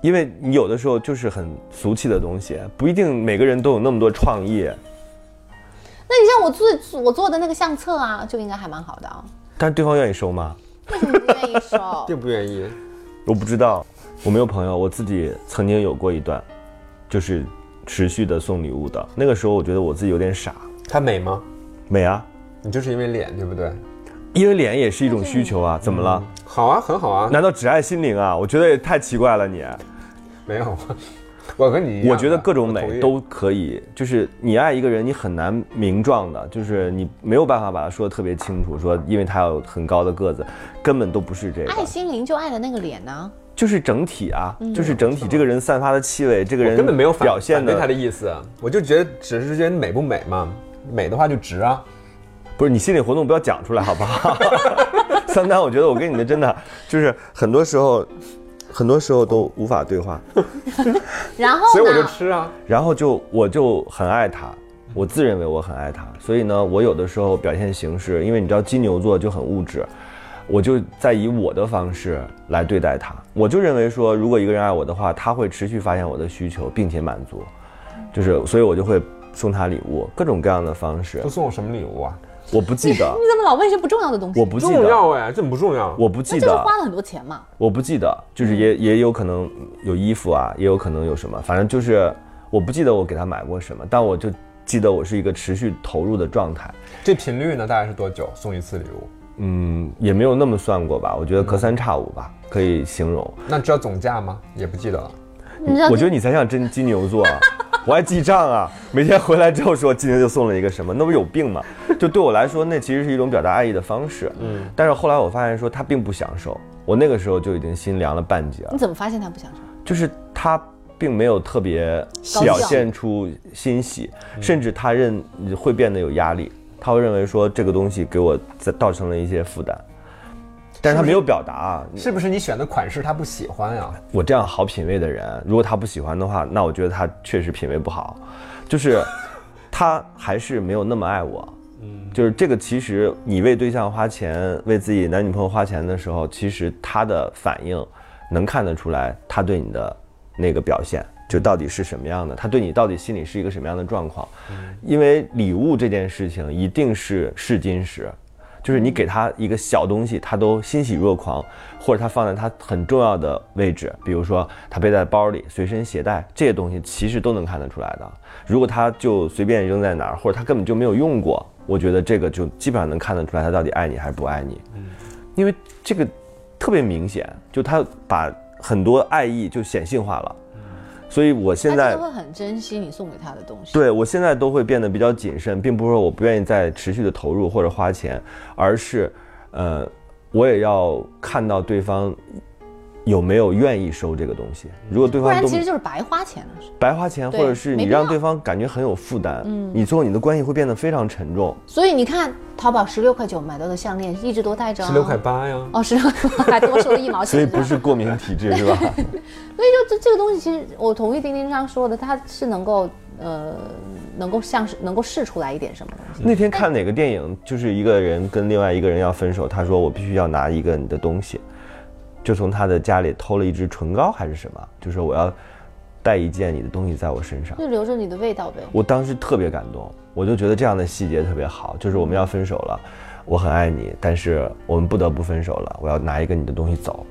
[SPEAKER 3] 因为你有的时候就是很俗气的东西，不一定每个人都有那么多创意，
[SPEAKER 5] 那你像我做我做的那个相册啊，就应该还蛮好的啊。
[SPEAKER 3] 但对方愿意收吗？
[SPEAKER 5] 为什么不愿意 收
[SPEAKER 4] 并不愿意。
[SPEAKER 3] 我不知道，我没有朋友，我自己曾经有过一段，就是持续的送礼物的。那个时候我觉得我自己有点傻，
[SPEAKER 4] 她美吗？
[SPEAKER 3] 美啊，
[SPEAKER 4] 你就是因为脸，对不对？
[SPEAKER 3] 因为脸也是一种需求啊，怎么了？
[SPEAKER 4] 好啊，很好啊。
[SPEAKER 3] 难道只爱心灵啊？我觉得也太奇怪了你。
[SPEAKER 4] 没有， 我和你一样的，
[SPEAKER 3] 我觉得各种
[SPEAKER 4] 我同
[SPEAKER 3] 美
[SPEAKER 4] 意
[SPEAKER 3] 都可以，就是你爱一个人，你很难名状的，就是你没有办法把它说的特别清楚，说因为他有很高的个子，根本都不是这个，
[SPEAKER 5] 爱心灵就爱的那个脸呢？
[SPEAKER 3] 就是整体啊，就是整体这个人散发的气味，这个
[SPEAKER 4] 嗯我
[SPEAKER 3] 人
[SPEAKER 4] 根本没有反
[SPEAKER 3] 表现
[SPEAKER 4] 反对她
[SPEAKER 3] 的
[SPEAKER 4] 的，意思，啊我就觉得只是觉得美不美嘛，美的话就值啊。
[SPEAKER 5] 哦
[SPEAKER 3] 不是你心理活动不要讲出来好不好？ 桑丹，我觉得我跟你们真的就是很多时候，很多时候都无法对话，
[SPEAKER 5] 然后
[SPEAKER 4] 所以我就
[SPEAKER 5] 呢？
[SPEAKER 4] 吃啊。
[SPEAKER 3] 然后就我就很爱他，
[SPEAKER 4] 嗯
[SPEAKER 3] 我自认为我很爱他，所以呢，我有的时候表现形式，因为你知道金牛座就很物质，我就在以我的方式来对待他。我就认为说，如果一个人爱我的话，他会持续发现我的需求，并且满足，就是所以我就会送他礼物，各种各样的方式
[SPEAKER 4] 都。送我什么礼物啊？
[SPEAKER 3] 我不记 得，
[SPEAKER 5] 你怎么老问一些不重要的东西？
[SPEAKER 3] 我不记
[SPEAKER 4] 重
[SPEAKER 3] 得，
[SPEAKER 4] 要哎，这不重要。
[SPEAKER 3] 我不
[SPEAKER 5] 那
[SPEAKER 3] 记
[SPEAKER 5] 就是
[SPEAKER 3] 得，
[SPEAKER 5] 花了很多钱嘛。
[SPEAKER 3] 我不记得，就是也也有可能有衣服啊，也有可能有什么，反正就是我不记得我给他买过什么，但我就记得我是一个持续投入的状态，
[SPEAKER 4] 这频率呢，大概是多久送一次礼物？
[SPEAKER 3] 嗯，也没有那么算过吧，我觉得隔三差五吧，可以形容。
[SPEAKER 4] 那知道总价吗？也不记得了。
[SPEAKER 5] 你知道
[SPEAKER 3] 我觉得你才像真金牛座、啊，我还记账啊，每天回来之后说今天就送了一个什么，那不是有病吗？就对我来说，那其实是一种表达爱意的方式。嗯，但是后来我发现说他并不享受，我那个时候就已经心凉了半截了
[SPEAKER 5] 你。怎么发现他不想收？
[SPEAKER 3] 就是他并没有特别
[SPEAKER 5] 高
[SPEAKER 3] 表
[SPEAKER 5] 兴
[SPEAKER 3] 现出欣喜，甚至他认会变得有压力，他会认为说这个东西给我在造成了一些负担，但是他没有表达啊。
[SPEAKER 4] 是不是你选的款式他不喜欢呀、
[SPEAKER 3] 我这样好品味的人，如果他不喜欢的话，那我觉得他确实品味不好，就是他还是没有那么爱我。就是这个，其实你为对象花钱，为自己男女朋友花钱的时候，其实他的反应能看得出来，他对你的那个表现就到底是什么样的，他对你到底心里是一个什么样的状况。因为礼物这件事情一定是试金石，就是你给他一个小东西，他都欣喜若狂，或者他放在他很重要的位置，比如说他背在包里、随身携带这些东西，其实都能看得出来的。如果他就随便扔在哪儿，或者他根本就没有用过，我觉得这个就基本上能看得出来他到底爱你还是不爱你。因为这个特别明显，就他把很多爱意就显性化了，所以我现
[SPEAKER 5] 他
[SPEAKER 3] 在
[SPEAKER 5] 真的会很珍惜你送给他的东西。
[SPEAKER 3] 对我现在都会变得比较谨慎，并不是说我不愿意再持续的投入或者花钱，而是，呃，我也要看到对方有没有愿意收这个东西。如果对
[SPEAKER 5] 不
[SPEAKER 3] 方
[SPEAKER 5] 然
[SPEAKER 3] 都
[SPEAKER 5] 其实就是白花钱了。
[SPEAKER 3] 白花钱，或
[SPEAKER 5] 对
[SPEAKER 3] 者是
[SPEAKER 5] 没
[SPEAKER 3] 你
[SPEAKER 5] 必要嗯
[SPEAKER 3] 让对方感觉很有负担，你最后你的关系会变得非常沉重。
[SPEAKER 5] 所以你看，淘宝十六块九买到的项链一直都戴着、啊，
[SPEAKER 4] 十六块八呀，
[SPEAKER 5] 哦，十六还多收了一毛
[SPEAKER 3] 所
[SPEAKER 5] 钱，
[SPEAKER 3] 以不是过敏体 质是吧？
[SPEAKER 5] 所以就这这个东西，其实我同意丁丁刚说的，它是能够呃能够像是能够试出来一点什么东西。
[SPEAKER 3] 那天看哪个电影，就是一个人跟另外一个人要分手，他说我必须要拿一个你的东西，就从他的家里偷了一支唇膏还是什么，就说我要带一件你的东西在我身上。
[SPEAKER 5] 就留着你的味道呗。
[SPEAKER 3] 我当时特别感动，我就觉得这样的细节特别好，就是我们要分手了，我很爱你，但是我们不得不分手了，我要拿一个你的东西走。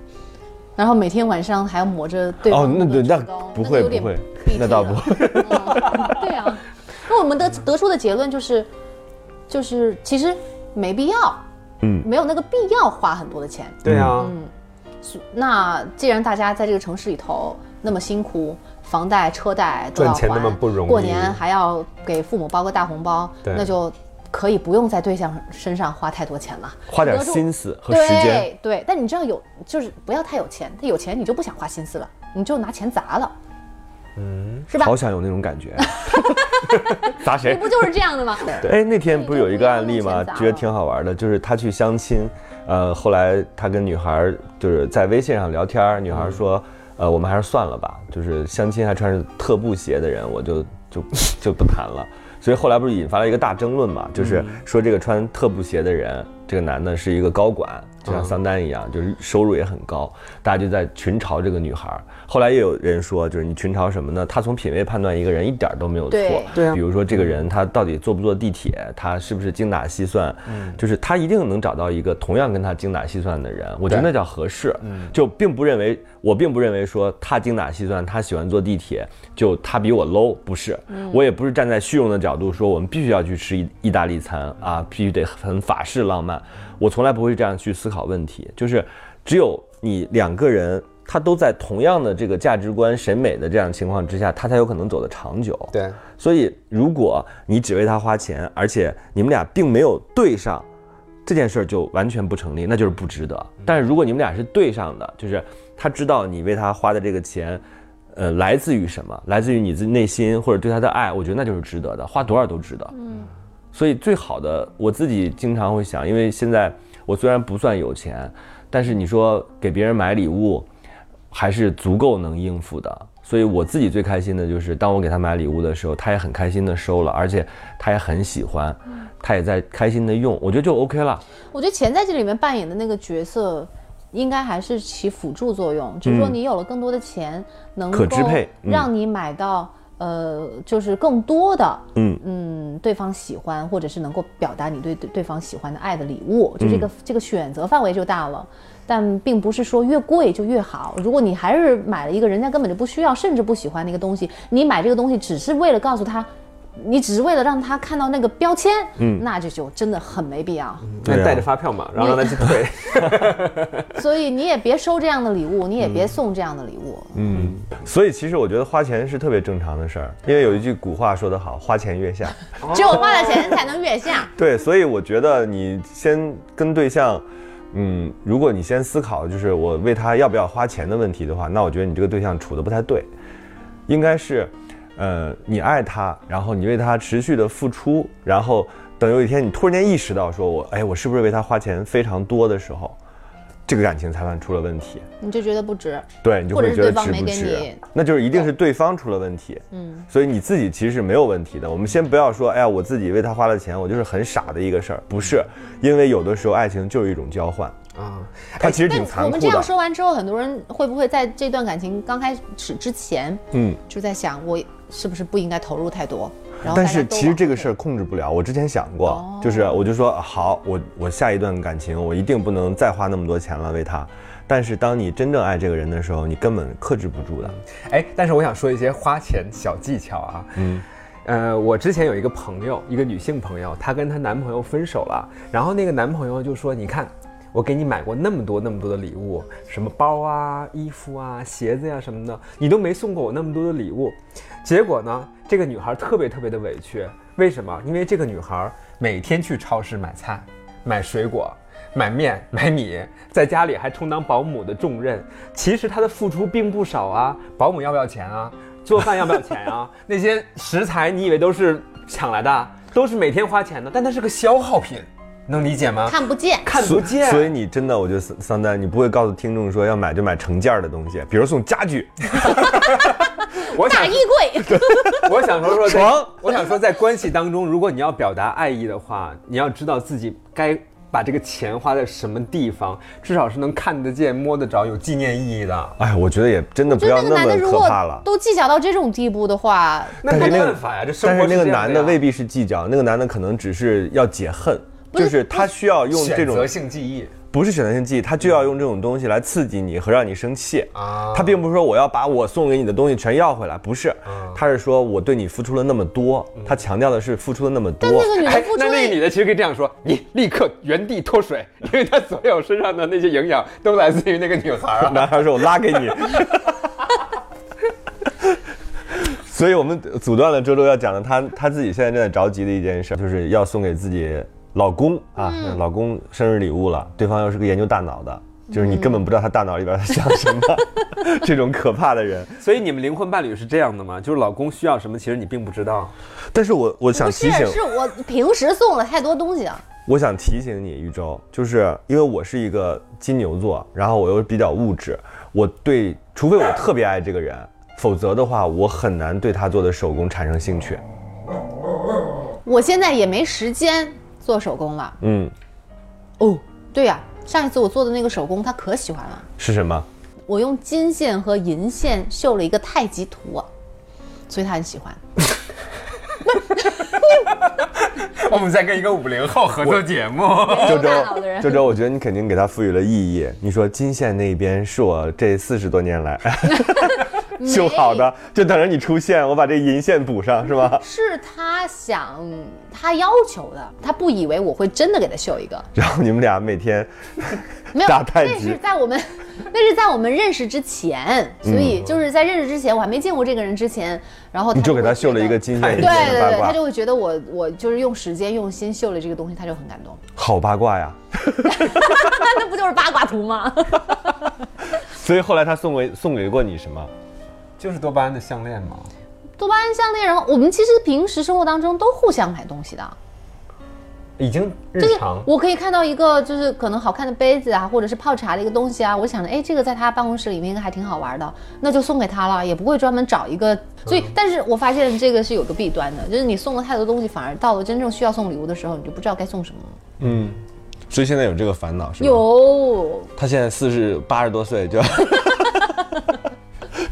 [SPEAKER 5] 然后每天晚上还要抹着对
[SPEAKER 3] 哦
[SPEAKER 5] 方，
[SPEAKER 3] 那对，那
[SPEAKER 5] 唇膏
[SPEAKER 3] 不会
[SPEAKER 5] 有
[SPEAKER 3] 不
[SPEAKER 5] 点
[SPEAKER 3] 会
[SPEAKER 5] 避，忌
[SPEAKER 3] 那倒不
[SPEAKER 5] 了
[SPEAKER 3] 会。 嗯
[SPEAKER 5] 嗯对啊，那我们得得出的结论就是，就是其实没必要，
[SPEAKER 3] 嗯
[SPEAKER 5] 没有那个必要花很多的钱。
[SPEAKER 4] 对啊呀，
[SPEAKER 5] 嗯那既然大家在这个城市里头那么辛苦，房贷、车贷都要还，
[SPEAKER 4] 赚钱那么不容易
[SPEAKER 5] 过年还要给父母包个大红包，
[SPEAKER 4] 对
[SPEAKER 5] 那就可以不用在对象身上花太多钱了。
[SPEAKER 3] 花点
[SPEAKER 5] 留住
[SPEAKER 3] 心思和时间，
[SPEAKER 5] 对对，但你知道有就是不要太有钱，他有钱你就不想花心思了，你就拿钱砸了，嗯，是吧
[SPEAKER 3] 好？想有那种感 觉。 砸谁？
[SPEAKER 5] 不就是这样 的吗？
[SPEAKER 3] 哎，那天不是有一个案例
[SPEAKER 5] 所
[SPEAKER 3] 吗
[SPEAKER 5] 以就不要
[SPEAKER 3] 觉得
[SPEAKER 5] 用钱砸？了
[SPEAKER 3] 挺好玩的，就是他去相亲，呃，后来他跟女孩儿就是在微信上聊天儿，女孩儿说，呃，我们还是算了吧，就是相亲还穿着特步鞋的人，我就就就不谈了。所以后来不是引发了一个大争论嘛，就是说这个穿特步鞋的人，这个男的是一个高管，就像桑丹一样，就是收入也很高，大家就在群嘲这个女孩儿。后来也有人说，就是你群嘲什么呢？他从品味判断一个人一点儿都没有错
[SPEAKER 5] 对，
[SPEAKER 4] 对啊
[SPEAKER 3] 比如说这个人他到底坐不坐地铁，他是不是精打细算，就是他一定能找到一个同样跟他精打细算的人，我觉得那叫合适。就并不认为我并不认为说他精打细算，他喜欢坐地铁，就他比我 low，不是，我也不是站在虚荣的角度说我们必须要去吃意意大利餐啊，必须得很法式浪漫，我从来不会这样去思考问题，就是只有你两个人。他都在同样的这个价值观、审美的这样情况之下，他才有可能走得长久。
[SPEAKER 4] 对，
[SPEAKER 3] 所以，如果你只为他花钱，而且你们俩并没有对上，这件事儿就完全不成立，那就是不值得。但是如果你们俩是对上的，就是他知道你为他花的这个钱，呃，来自于什么，来自于你自己内心或者对他的爱，我觉得那就是值得的，花多少都值得。嗯，所以最好的，我自己经常会想，因为现在我虽然不算有钱，但是你说给别人买礼物，还是足够能应付的。所以我自己最开心的就是，当我给他买礼物的时候，他也很开心的收了，而且他也很喜欢，他也在开心的用，我觉得就 OK 了。
[SPEAKER 5] 我觉得钱在这里面扮演的那个角色，应该还是起辅助作用，就是说你有了更多的钱，能够
[SPEAKER 3] 嗯可支配嗯
[SPEAKER 5] 让你买到呃，就是更多的
[SPEAKER 3] 嗯
[SPEAKER 5] 嗯，对方喜欢或者是能够表达你对对对方喜欢的爱的礼物，就
[SPEAKER 3] 嗯
[SPEAKER 5] 这个、这个选择范围就大了。但并不是说越贵就越好。如果你还是买了一个人家根本就不需要，甚至不喜欢的一个东西，你买这个东西只是为了告诉他，你只是为了让他看到那个标签，嗯，那这就真的很没必要。
[SPEAKER 4] 那带着发票嘛，然后让他去退。
[SPEAKER 5] 所以你也别收这样的礼物，你也别送这样的礼物。
[SPEAKER 3] 嗯，所以其实我觉得花钱是特别正常的事儿，因为有一句古话说得好，“花前月下”。
[SPEAKER 5] 只有花了钱才能 月下。
[SPEAKER 3] 对，所以我觉得你先跟对象，嗯，如果你先思考就是我为他要不要花钱的问题的话，那我觉得你这个对象处的不太对，应该是，呃，你爱他，然后你为他持续的付出，然后等有一天你突然间意识到说我，哎，我是不是为他花钱非常多的时候，这个感情才算出了问题。
[SPEAKER 5] 你就觉得不值，
[SPEAKER 3] 对你就
[SPEAKER 5] 或者
[SPEAKER 3] 会
[SPEAKER 5] 是
[SPEAKER 3] 觉得
[SPEAKER 5] 对方
[SPEAKER 3] 值
[SPEAKER 5] 没
[SPEAKER 3] 不
[SPEAKER 5] 给
[SPEAKER 3] 值
[SPEAKER 5] 你，
[SPEAKER 3] 那就是一定是对方出了问题。嗯，所以你自己其实是没有问题的。我们先不要说，哎呀，我自己为他花了钱，我就是很傻的一个事儿，不是，因为有的时候爱情就是一种交换，
[SPEAKER 4] 啊，
[SPEAKER 3] 它其实挺
[SPEAKER 5] 哎我
[SPEAKER 3] 残
[SPEAKER 5] 们
[SPEAKER 3] 酷
[SPEAKER 5] 这样
[SPEAKER 3] 的。
[SPEAKER 5] 说完之后，很多人会不会在这段感情刚开始之前，
[SPEAKER 3] 嗯，
[SPEAKER 5] 就在想我是不是不应该投入太多？然后
[SPEAKER 3] 但
[SPEAKER 5] 大家
[SPEAKER 3] 是
[SPEAKER 5] 都
[SPEAKER 3] 其实
[SPEAKER 5] 往
[SPEAKER 3] 这个
[SPEAKER 5] 后
[SPEAKER 3] 事儿控制不了，我之前想过，
[SPEAKER 5] 哦
[SPEAKER 3] 就是我就说啊好，我我下一段感情我一定不能再花那么多钱了为他。但是当你真正爱这个人的时候，你根本克制不住的。
[SPEAKER 4] 哎，但是我想说一些花钱小技巧啊。
[SPEAKER 3] 嗯，
[SPEAKER 4] 呃，我之前有一个朋友，一个女性朋友，她跟她男朋友分手了，然后那个男朋友就说：“你看，我给你买过那么多那么多的礼物，什么包啊、衣服啊、鞋子呀、什么的，你都没送过我那么多的礼物。”结果呢，这个女孩特别特别的委屈，为什么？因为这个女孩每天去超市买菜、买水果。买面买米，在家里还充当保姆的重任，其实她的付出并不少啊。保姆要不要钱啊？做饭要不要钱啊？那些食材你以为都是抢来的啊，都是每天花钱的，但它是个消耗品，能理解吗？
[SPEAKER 5] 看 不见。
[SPEAKER 4] 看不见，
[SPEAKER 3] 所以你真的，我觉得桑桑丹，你不会告诉听众说要买就买成件儿的东西，比如送家具，
[SPEAKER 4] 我想
[SPEAKER 5] 大衣 柜，
[SPEAKER 4] 我想说说在
[SPEAKER 3] 床，
[SPEAKER 4] 我想说在关系当中，如果你要表达爱意的话，你要知道自己该把这个钱花在什么地方，至少是能看得见、摸得着、有纪念意义的。
[SPEAKER 3] 哎，我觉得也真的不
[SPEAKER 5] 就
[SPEAKER 3] 要
[SPEAKER 5] 那个
[SPEAKER 3] 那
[SPEAKER 5] 男的
[SPEAKER 3] 么
[SPEAKER 5] 如
[SPEAKER 3] 可
[SPEAKER 5] 果
[SPEAKER 3] 怕了。
[SPEAKER 5] 都计较到这种地步的话，
[SPEAKER 4] 那
[SPEAKER 3] 但
[SPEAKER 4] 没
[SPEAKER 3] 是那个
[SPEAKER 4] 办法呀，这生
[SPEAKER 3] 但
[SPEAKER 4] 活
[SPEAKER 3] 是那个男的未
[SPEAKER 4] 必
[SPEAKER 3] 必是计较，那个男的可能只是要解恨，就是他需要用这
[SPEAKER 4] 选
[SPEAKER 3] 种
[SPEAKER 4] 择性记忆
[SPEAKER 3] 不是选择性记忆，他就要用这种东西来刺激你和让你生气。
[SPEAKER 4] 啊，
[SPEAKER 3] 他并不是说我要把我送给你的东西全要回来，不是，
[SPEAKER 4] 嗯
[SPEAKER 3] 他是说我对你付出了那么多，他强调的是付出了那么
[SPEAKER 5] 但
[SPEAKER 3] 多
[SPEAKER 5] 那。个女的
[SPEAKER 4] 哎
[SPEAKER 5] 付，出
[SPEAKER 4] 那
[SPEAKER 5] 了
[SPEAKER 4] 那个女的其实可以这样说：你立刻原地脱水，因为她所有身上的那些营养都来自于那个女孩 儿啊。
[SPEAKER 3] 男孩说：“我拉给你。”所以我们阻断了周周要讲的他他自己现在正在着急的一件事，就是要送给自己老公啊，老公生日礼物了，对方又是个研究大脑的，就是你根本不知道他大脑里边在想什么，这种可怕的人。
[SPEAKER 4] 所以你们灵魂伴侣是这样的吗？就是老公需要什么，其实你并不知道。
[SPEAKER 3] 但是我我想
[SPEAKER 5] 不
[SPEAKER 3] 提
[SPEAKER 5] 是，
[SPEAKER 3] 醒，
[SPEAKER 5] 是我平时送了太多东西了。
[SPEAKER 3] 我想提醒你，玉州，就是因为我是一个金牛座，然后我又比较物质，我对，除非我特别爱这个人，否则的话，我很难对他做的手工产生兴趣。
[SPEAKER 5] 我现在也没时间做手工了。
[SPEAKER 3] 嗯，
[SPEAKER 5] 哦，对呀、上一次我做的那个手工，他可喜欢了。
[SPEAKER 3] 是什么？
[SPEAKER 5] 我用金线和银线绣了一个太极图，啊所以他很喜 欢。
[SPEAKER 4] 我们在跟一个五零后合作节目。
[SPEAKER 3] 周周
[SPEAKER 5] 大脑的，人
[SPEAKER 3] 周周，我觉得你肯定给他赋予了意义。你说金线那边是我这四十多年 来绣好的，就等着你出现，我把这银线补上，是吧？
[SPEAKER 5] 是他想他要求的，他不以为我会真的给他绣一个，
[SPEAKER 3] 然后你们俩每天
[SPEAKER 5] 没有
[SPEAKER 3] 打，太极
[SPEAKER 5] 那是在我们 那是在我们认识之前，所以就是在认识之前，我还没见过这个人之前，然后
[SPEAKER 3] 你就
[SPEAKER 5] 会
[SPEAKER 3] 给他绣了
[SPEAKER 5] 觉
[SPEAKER 3] 一
[SPEAKER 5] 得
[SPEAKER 3] 个金线银
[SPEAKER 5] 对
[SPEAKER 3] 线的
[SPEAKER 5] 对
[SPEAKER 3] 八
[SPEAKER 5] 对，他
[SPEAKER 3] 卦，
[SPEAKER 5] 就会觉得我我就是用时间用心绣了这个东西，他就很感动。
[SPEAKER 3] 好八卦呀！
[SPEAKER 5] 那不就是八卦图吗？
[SPEAKER 3] 所以后来他送给送给过你什么？
[SPEAKER 4] 就是多巴胺的项链嘛。
[SPEAKER 5] 多巴胺项链，然后我们其实平时生活当中都互相买东西的，
[SPEAKER 4] 已经日
[SPEAKER 5] 就是
[SPEAKER 4] 常。
[SPEAKER 5] 我可以看到一个就是可能好看的杯子啊，或者是泡茶的一个东西啊，我想着哎，这个在他办公室里面应该还挺好玩的，那就送给他了，也不会专门找一个。所以，
[SPEAKER 3] 嗯
[SPEAKER 5] 但是我发现这个是有个弊端的，就是你送了太多东西，反而到了真正需要送礼物的时候，你就不知道该送什么了。
[SPEAKER 3] 嗯，所以现在有这个烦恼是吧？。
[SPEAKER 5] 有
[SPEAKER 3] 他现在四十八十多岁 就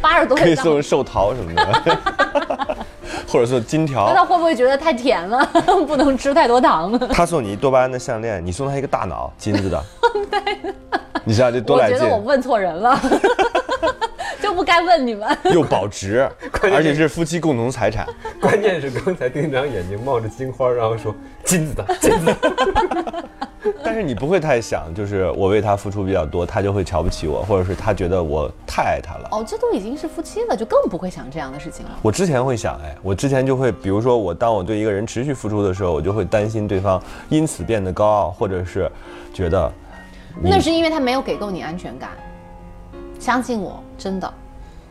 [SPEAKER 5] 八十多
[SPEAKER 3] 可以
[SPEAKER 5] 岁的，
[SPEAKER 3] 送寿桃什么的， 或者送金
[SPEAKER 5] 那他
[SPEAKER 3] 条。
[SPEAKER 5] 会不会觉得太甜了， 不能吃太多糖了？
[SPEAKER 3] 他送你多巴胺的项链，你送他一个大脑金子 的。你想想这多
[SPEAKER 5] 我
[SPEAKER 3] 来
[SPEAKER 5] 觉得我
[SPEAKER 3] 劲，
[SPEAKER 5] 问错人了， 就不该问你们。
[SPEAKER 3] 又保 值，
[SPEAKER 4] 键是
[SPEAKER 3] 而且是夫妻共同财产。
[SPEAKER 4] 关键是刚才丁长眼睛冒着金花，然后说金子 的金子的。
[SPEAKER 3] 但是你不会太想，就是我为他付出比较多，他就会瞧不起我，或者是他觉得我太爱他了。
[SPEAKER 5] 哦，这都已经是夫妻了，就更不会想这样的事情了。
[SPEAKER 3] 我之前会想，哎，我之前就会，比如说我当我对一个人持续付出的时候，我就会担心对方因此变得高傲，或者是觉得你
[SPEAKER 5] 那是因为他没有给够你安全感，相信我，真的，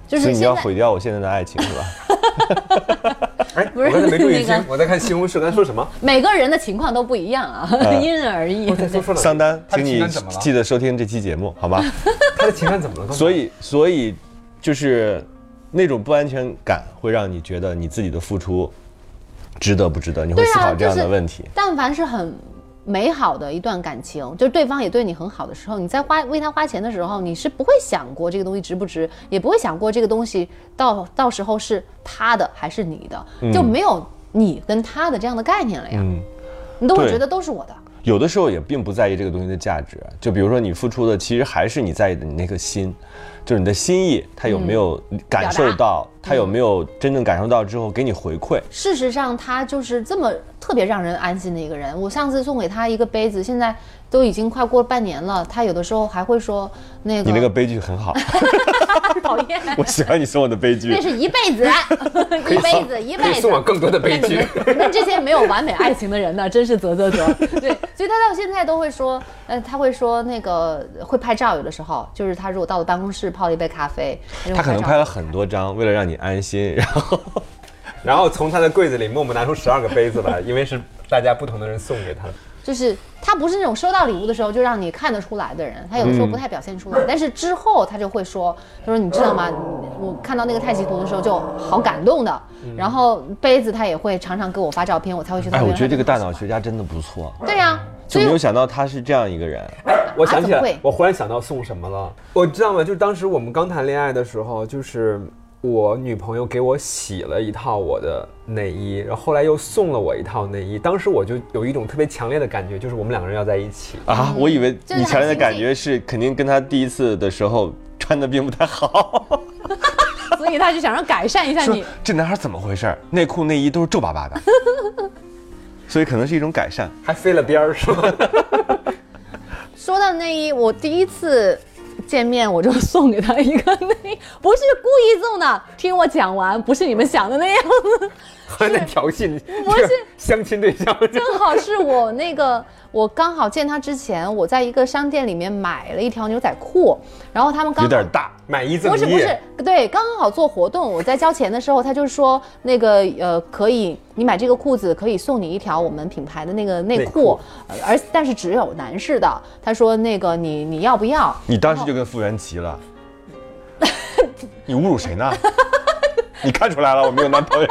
[SPEAKER 5] 就
[SPEAKER 3] 所
[SPEAKER 5] 是
[SPEAKER 3] 以你
[SPEAKER 5] 现
[SPEAKER 3] 要
[SPEAKER 5] 在
[SPEAKER 3] 毁掉我现在的爱情是吧？
[SPEAKER 4] 哎，
[SPEAKER 5] 不
[SPEAKER 4] 我
[SPEAKER 5] 是
[SPEAKER 4] 刚才没注意
[SPEAKER 5] 那
[SPEAKER 4] 听
[SPEAKER 5] 个，
[SPEAKER 4] 我在看西红柿，刚才说什么？
[SPEAKER 5] 每个人的情况都不一样啊，
[SPEAKER 3] 哎
[SPEAKER 5] 因人而异。
[SPEAKER 4] 我在说说了
[SPEAKER 3] 桑丹，
[SPEAKER 4] 他的
[SPEAKER 3] 请
[SPEAKER 4] 情
[SPEAKER 3] 你
[SPEAKER 4] 感怎么了？
[SPEAKER 3] 记得收听这期节目，好吗？
[SPEAKER 4] 他的情感怎么了？
[SPEAKER 3] 所以，所以就是那种不安全感会让你觉得你自己的付出值得不值得，你会
[SPEAKER 5] 对啊
[SPEAKER 3] 思考这样的
[SPEAKER 5] 就是
[SPEAKER 3] 问题。
[SPEAKER 5] 但凡是很美好的一段感情，就是对方也对你很好的时候，你在花为他花钱的时候，你是不会想过这个东西值不值，也不会想过这个东西到到时候是他的还是你的，就没有你跟他的这样的概念了呀，
[SPEAKER 3] 嗯，
[SPEAKER 5] 你都会
[SPEAKER 3] 对
[SPEAKER 5] 觉得都是我的。
[SPEAKER 3] 有的时候也并不在意这个东西的价值。就比如说你付出的，其实还是你在意的你那个心，就是你的心意，他有没有
[SPEAKER 5] 嗯
[SPEAKER 3] 感受到，他有没有真正感受到之后给你回馈。
[SPEAKER 5] 事实上，他就是这么特别让人安心的一个人。我上次送给他一个杯子，现在都已经快过半年了，他有的时候还会说那个
[SPEAKER 3] 你那个悲剧很好，
[SPEAKER 5] 讨厌，
[SPEAKER 3] 我喜欢你送我的悲剧
[SPEAKER 5] 那。是一辈子， 一辈子，一
[SPEAKER 4] 可以
[SPEAKER 5] 辈
[SPEAKER 4] 送我
[SPEAKER 5] 子。
[SPEAKER 4] 更多的悲剧。
[SPEAKER 5] 那这些没有完美爱情的人呢，真是啧啧啧。对，所以他到现在都会说，呃，他会说那个会拍照，有的时候就是他如果到了办公室泡了一杯咖啡，
[SPEAKER 3] 他可能拍
[SPEAKER 5] 了。
[SPEAKER 3] 了很多张，为了让你安心，然后
[SPEAKER 4] 然后从他的柜子里默默拿出十二个杯子来，因为是大家不同的人送给他的。
[SPEAKER 5] 就是他不是那种收到礼物的时候就让你看得出来的人，他有的时候不太表现出来，但是之后他就会说，他说你知道吗？我看到那个太极图的时候就好感动的，然后杯子他也会常常给我发照片，我才会觉得。
[SPEAKER 3] 哎，我觉得这个大脑学家真的不错，
[SPEAKER 5] 对呀、
[SPEAKER 3] 就
[SPEAKER 5] 所以
[SPEAKER 3] 没有想到他是这样一个人。
[SPEAKER 4] 我想起
[SPEAKER 5] 啊怎么
[SPEAKER 4] 来
[SPEAKER 5] 会，
[SPEAKER 4] 我忽然想到送什么了。我知道吗？就是当时我们刚谈恋爱的时候，就是我女朋友给我洗了一套我的内衣，然后后来又送了我一套内衣。当时我就有一种特别强烈的感觉，就是我们两个人要在一起。
[SPEAKER 3] 啊，我哎以为
[SPEAKER 5] 就是
[SPEAKER 3] 你强烈 的
[SPEAKER 5] 很亲
[SPEAKER 3] 感觉是肯定跟他第一次的时候穿的并不太好，
[SPEAKER 5] 所以他就想要改善一下
[SPEAKER 3] 说
[SPEAKER 5] 你。
[SPEAKER 3] 这男孩怎么回事 儿？内裤内衣都是皱巴巴的， 所以可能是一种改善。
[SPEAKER 4] 还飞了边儿是吗？
[SPEAKER 5] 说到内衣，我第一次见面我就送给他一个内衣，不是故意送的，听我讲完，不是你们想的那样子。
[SPEAKER 4] 还在调戏你
[SPEAKER 5] 不是
[SPEAKER 4] 这个相亲对象？
[SPEAKER 5] 正好是我那个，我刚好见他之前，我在一个商店里面买了一条牛仔裤，然后他们刚
[SPEAKER 3] 有
[SPEAKER 5] 好
[SPEAKER 3] 点大，
[SPEAKER 4] 买一赠一，
[SPEAKER 5] 不是不是，对，刚好做活动，我在交钱的时候，他就说那个呃，可以，你买这个裤子可以送你一条我们品牌的那个内
[SPEAKER 4] 内
[SPEAKER 5] 裤
[SPEAKER 4] 裤，
[SPEAKER 5] 呃而但是只有男士的。他说那个你你要不要？
[SPEAKER 3] 你当时就跟服务员急了，你侮辱谁 呢？你看出来了，我没有男朋友，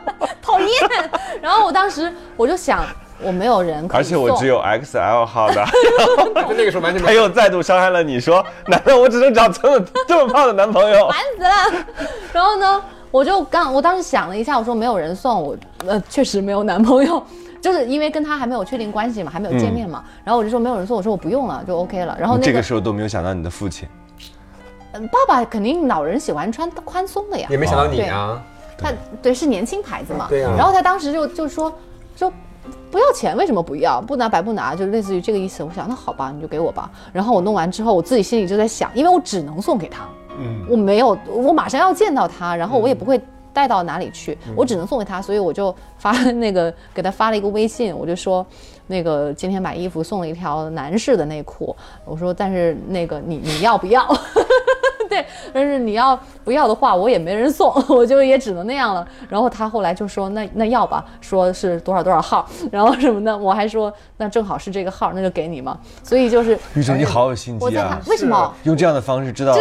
[SPEAKER 5] 讨厌。 然后我当时我就想，我没有人可以
[SPEAKER 3] 而且我
[SPEAKER 5] 送
[SPEAKER 3] 只有 XL 号的。
[SPEAKER 4] 就那个时候完全
[SPEAKER 3] 他
[SPEAKER 5] 哎
[SPEAKER 4] 没有。
[SPEAKER 3] 又再度伤害了你，说：“难道我只能找这么这么胖的男朋友
[SPEAKER 5] 烦死了。然后呢，我就刚，我当时想了一下，我说没有人送我，呃，确实没有男朋友， 就是因为跟他还没有确定关系嘛，还没有见面嘛。然后我就说没有人送，我说我不用了，就 OK 了。然后？”
[SPEAKER 3] 你嗯
[SPEAKER 5] 那
[SPEAKER 3] 这
[SPEAKER 5] 个、哎
[SPEAKER 3] 个时候都没有想到你的父亲，
[SPEAKER 5] 呃爸爸肯定老人喜欢穿宽松的呀
[SPEAKER 4] 也，没想到你啊，
[SPEAKER 5] 他对是年轻牌子嘛，
[SPEAKER 4] 对呀啊
[SPEAKER 5] 然后他当时就就说就。不要钱，为什么不要？不拿白不拿，就类似于这个意思。我想，那好吧，你就给我吧。然后我弄完之后，我自己心里就在想，因为我只能送给他，
[SPEAKER 4] 嗯，
[SPEAKER 5] 我没有，我马上要见到他，然后我也不会带到哪里去，
[SPEAKER 4] 嗯
[SPEAKER 5] 我只能送给他，所以我就发那个给他发了一个微信，我就说，那个今天买衣服送了一条男士的内裤，我说但是那个你你要不要？ 对，但是你要不要的话，我也没人送， 我就也只能那样了。然后他后来就说那那要吧，说是多少多少号，然后什么的，我还说那正好是这个号，那就给你嘛。所以
[SPEAKER 4] 啊
[SPEAKER 5] 就是
[SPEAKER 3] 玉成，你好有心
[SPEAKER 5] 我
[SPEAKER 3] 机
[SPEAKER 5] 在
[SPEAKER 3] 啊
[SPEAKER 5] 看！为什么，
[SPEAKER 3] 用这样的方式知道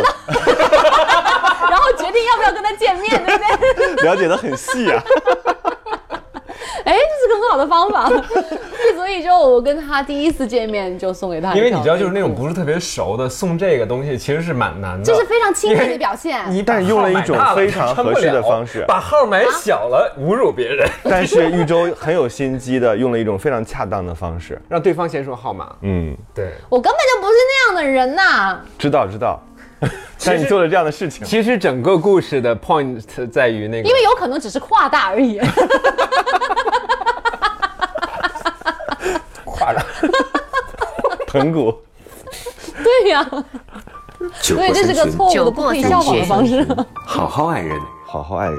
[SPEAKER 5] 然后决定要不要跟他见面，对不 对？
[SPEAKER 3] 了解的很细啊。
[SPEAKER 5] 哎，这是个很好的方法。 所以就我跟他第一次见面就送给他一条内
[SPEAKER 4] 因
[SPEAKER 5] 裤，
[SPEAKER 4] 为你知道，就是那种不是特别熟的送这个东西，其实是蛮难的。
[SPEAKER 5] 这是非常亲密的表现。
[SPEAKER 4] 你
[SPEAKER 3] 但
[SPEAKER 4] 把
[SPEAKER 3] 用了一
[SPEAKER 4] 号买
[SPEAKER 3] 种
[SPEAKER 4] 大了
[SPEAKER 3] 非常
[SPEAKER 4] 穿不
[SPEAKER 3] 合适的
[SPEAKER 4] 了
[SPEAKER 3] 方式
[SPEAKER 4] 把号买小了，侮辱别人，
[SPEAKER 3] 但是玉州很有心机的，用了一种非常恰当的方式。
[SPEAKER 4] 让对方先说号码。
[SPEAKER 3] 嗯，
[SPEAKER 4] 对，
[SPEAKER 5] 我根本就不是那样的人呐！
[SPEAKER 3] 知道知道，但你做了这样的 事情，
[SPEAKER 4] 其实整个故事的 point 在于那个，
[SPEAKER 5] 因为有可能只是夸大而已。
[SPEAKER 4] 夸张，
[SPEAKER 3] 盆骨。
[SPEAKER 5] 对呀、
[SPEAKER 1] 酒
[SPEAKER 5] 所以
[SPEAKER 1] 过
[SPEAKER 5] 这
[SPEAKER 1] 三
[SPEAKER 5] 是
[SPEAKER 1] 巡，
[SPEAKER 5] 个错误的、
[SPEAKER 2] 酒
[SPEAKER 5] 不
[SPEAKER 2] 过
[SPEAKER 5] 可以
[SPEAKER 2] 三
[SPEAKER 5] 效仿的
[SPEAKER 2] 巡
[SPEAKER 5] 方式。
[SPEAKER 1] 好好爱人。
[SPEAKER 3] 好好爱人，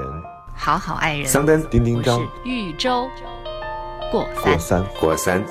[SPEAKER 2] 好好爱人，
[SPEAKER 1] 桑丹叮叮
[SPEAKER 2] 我是
[SPEAKER 1] 当
[SPEAKER 2] 豫州过
[SPEAKER 1] 过
[SPEAKER 2] 三。
[SPEAKER 1] 三，过三。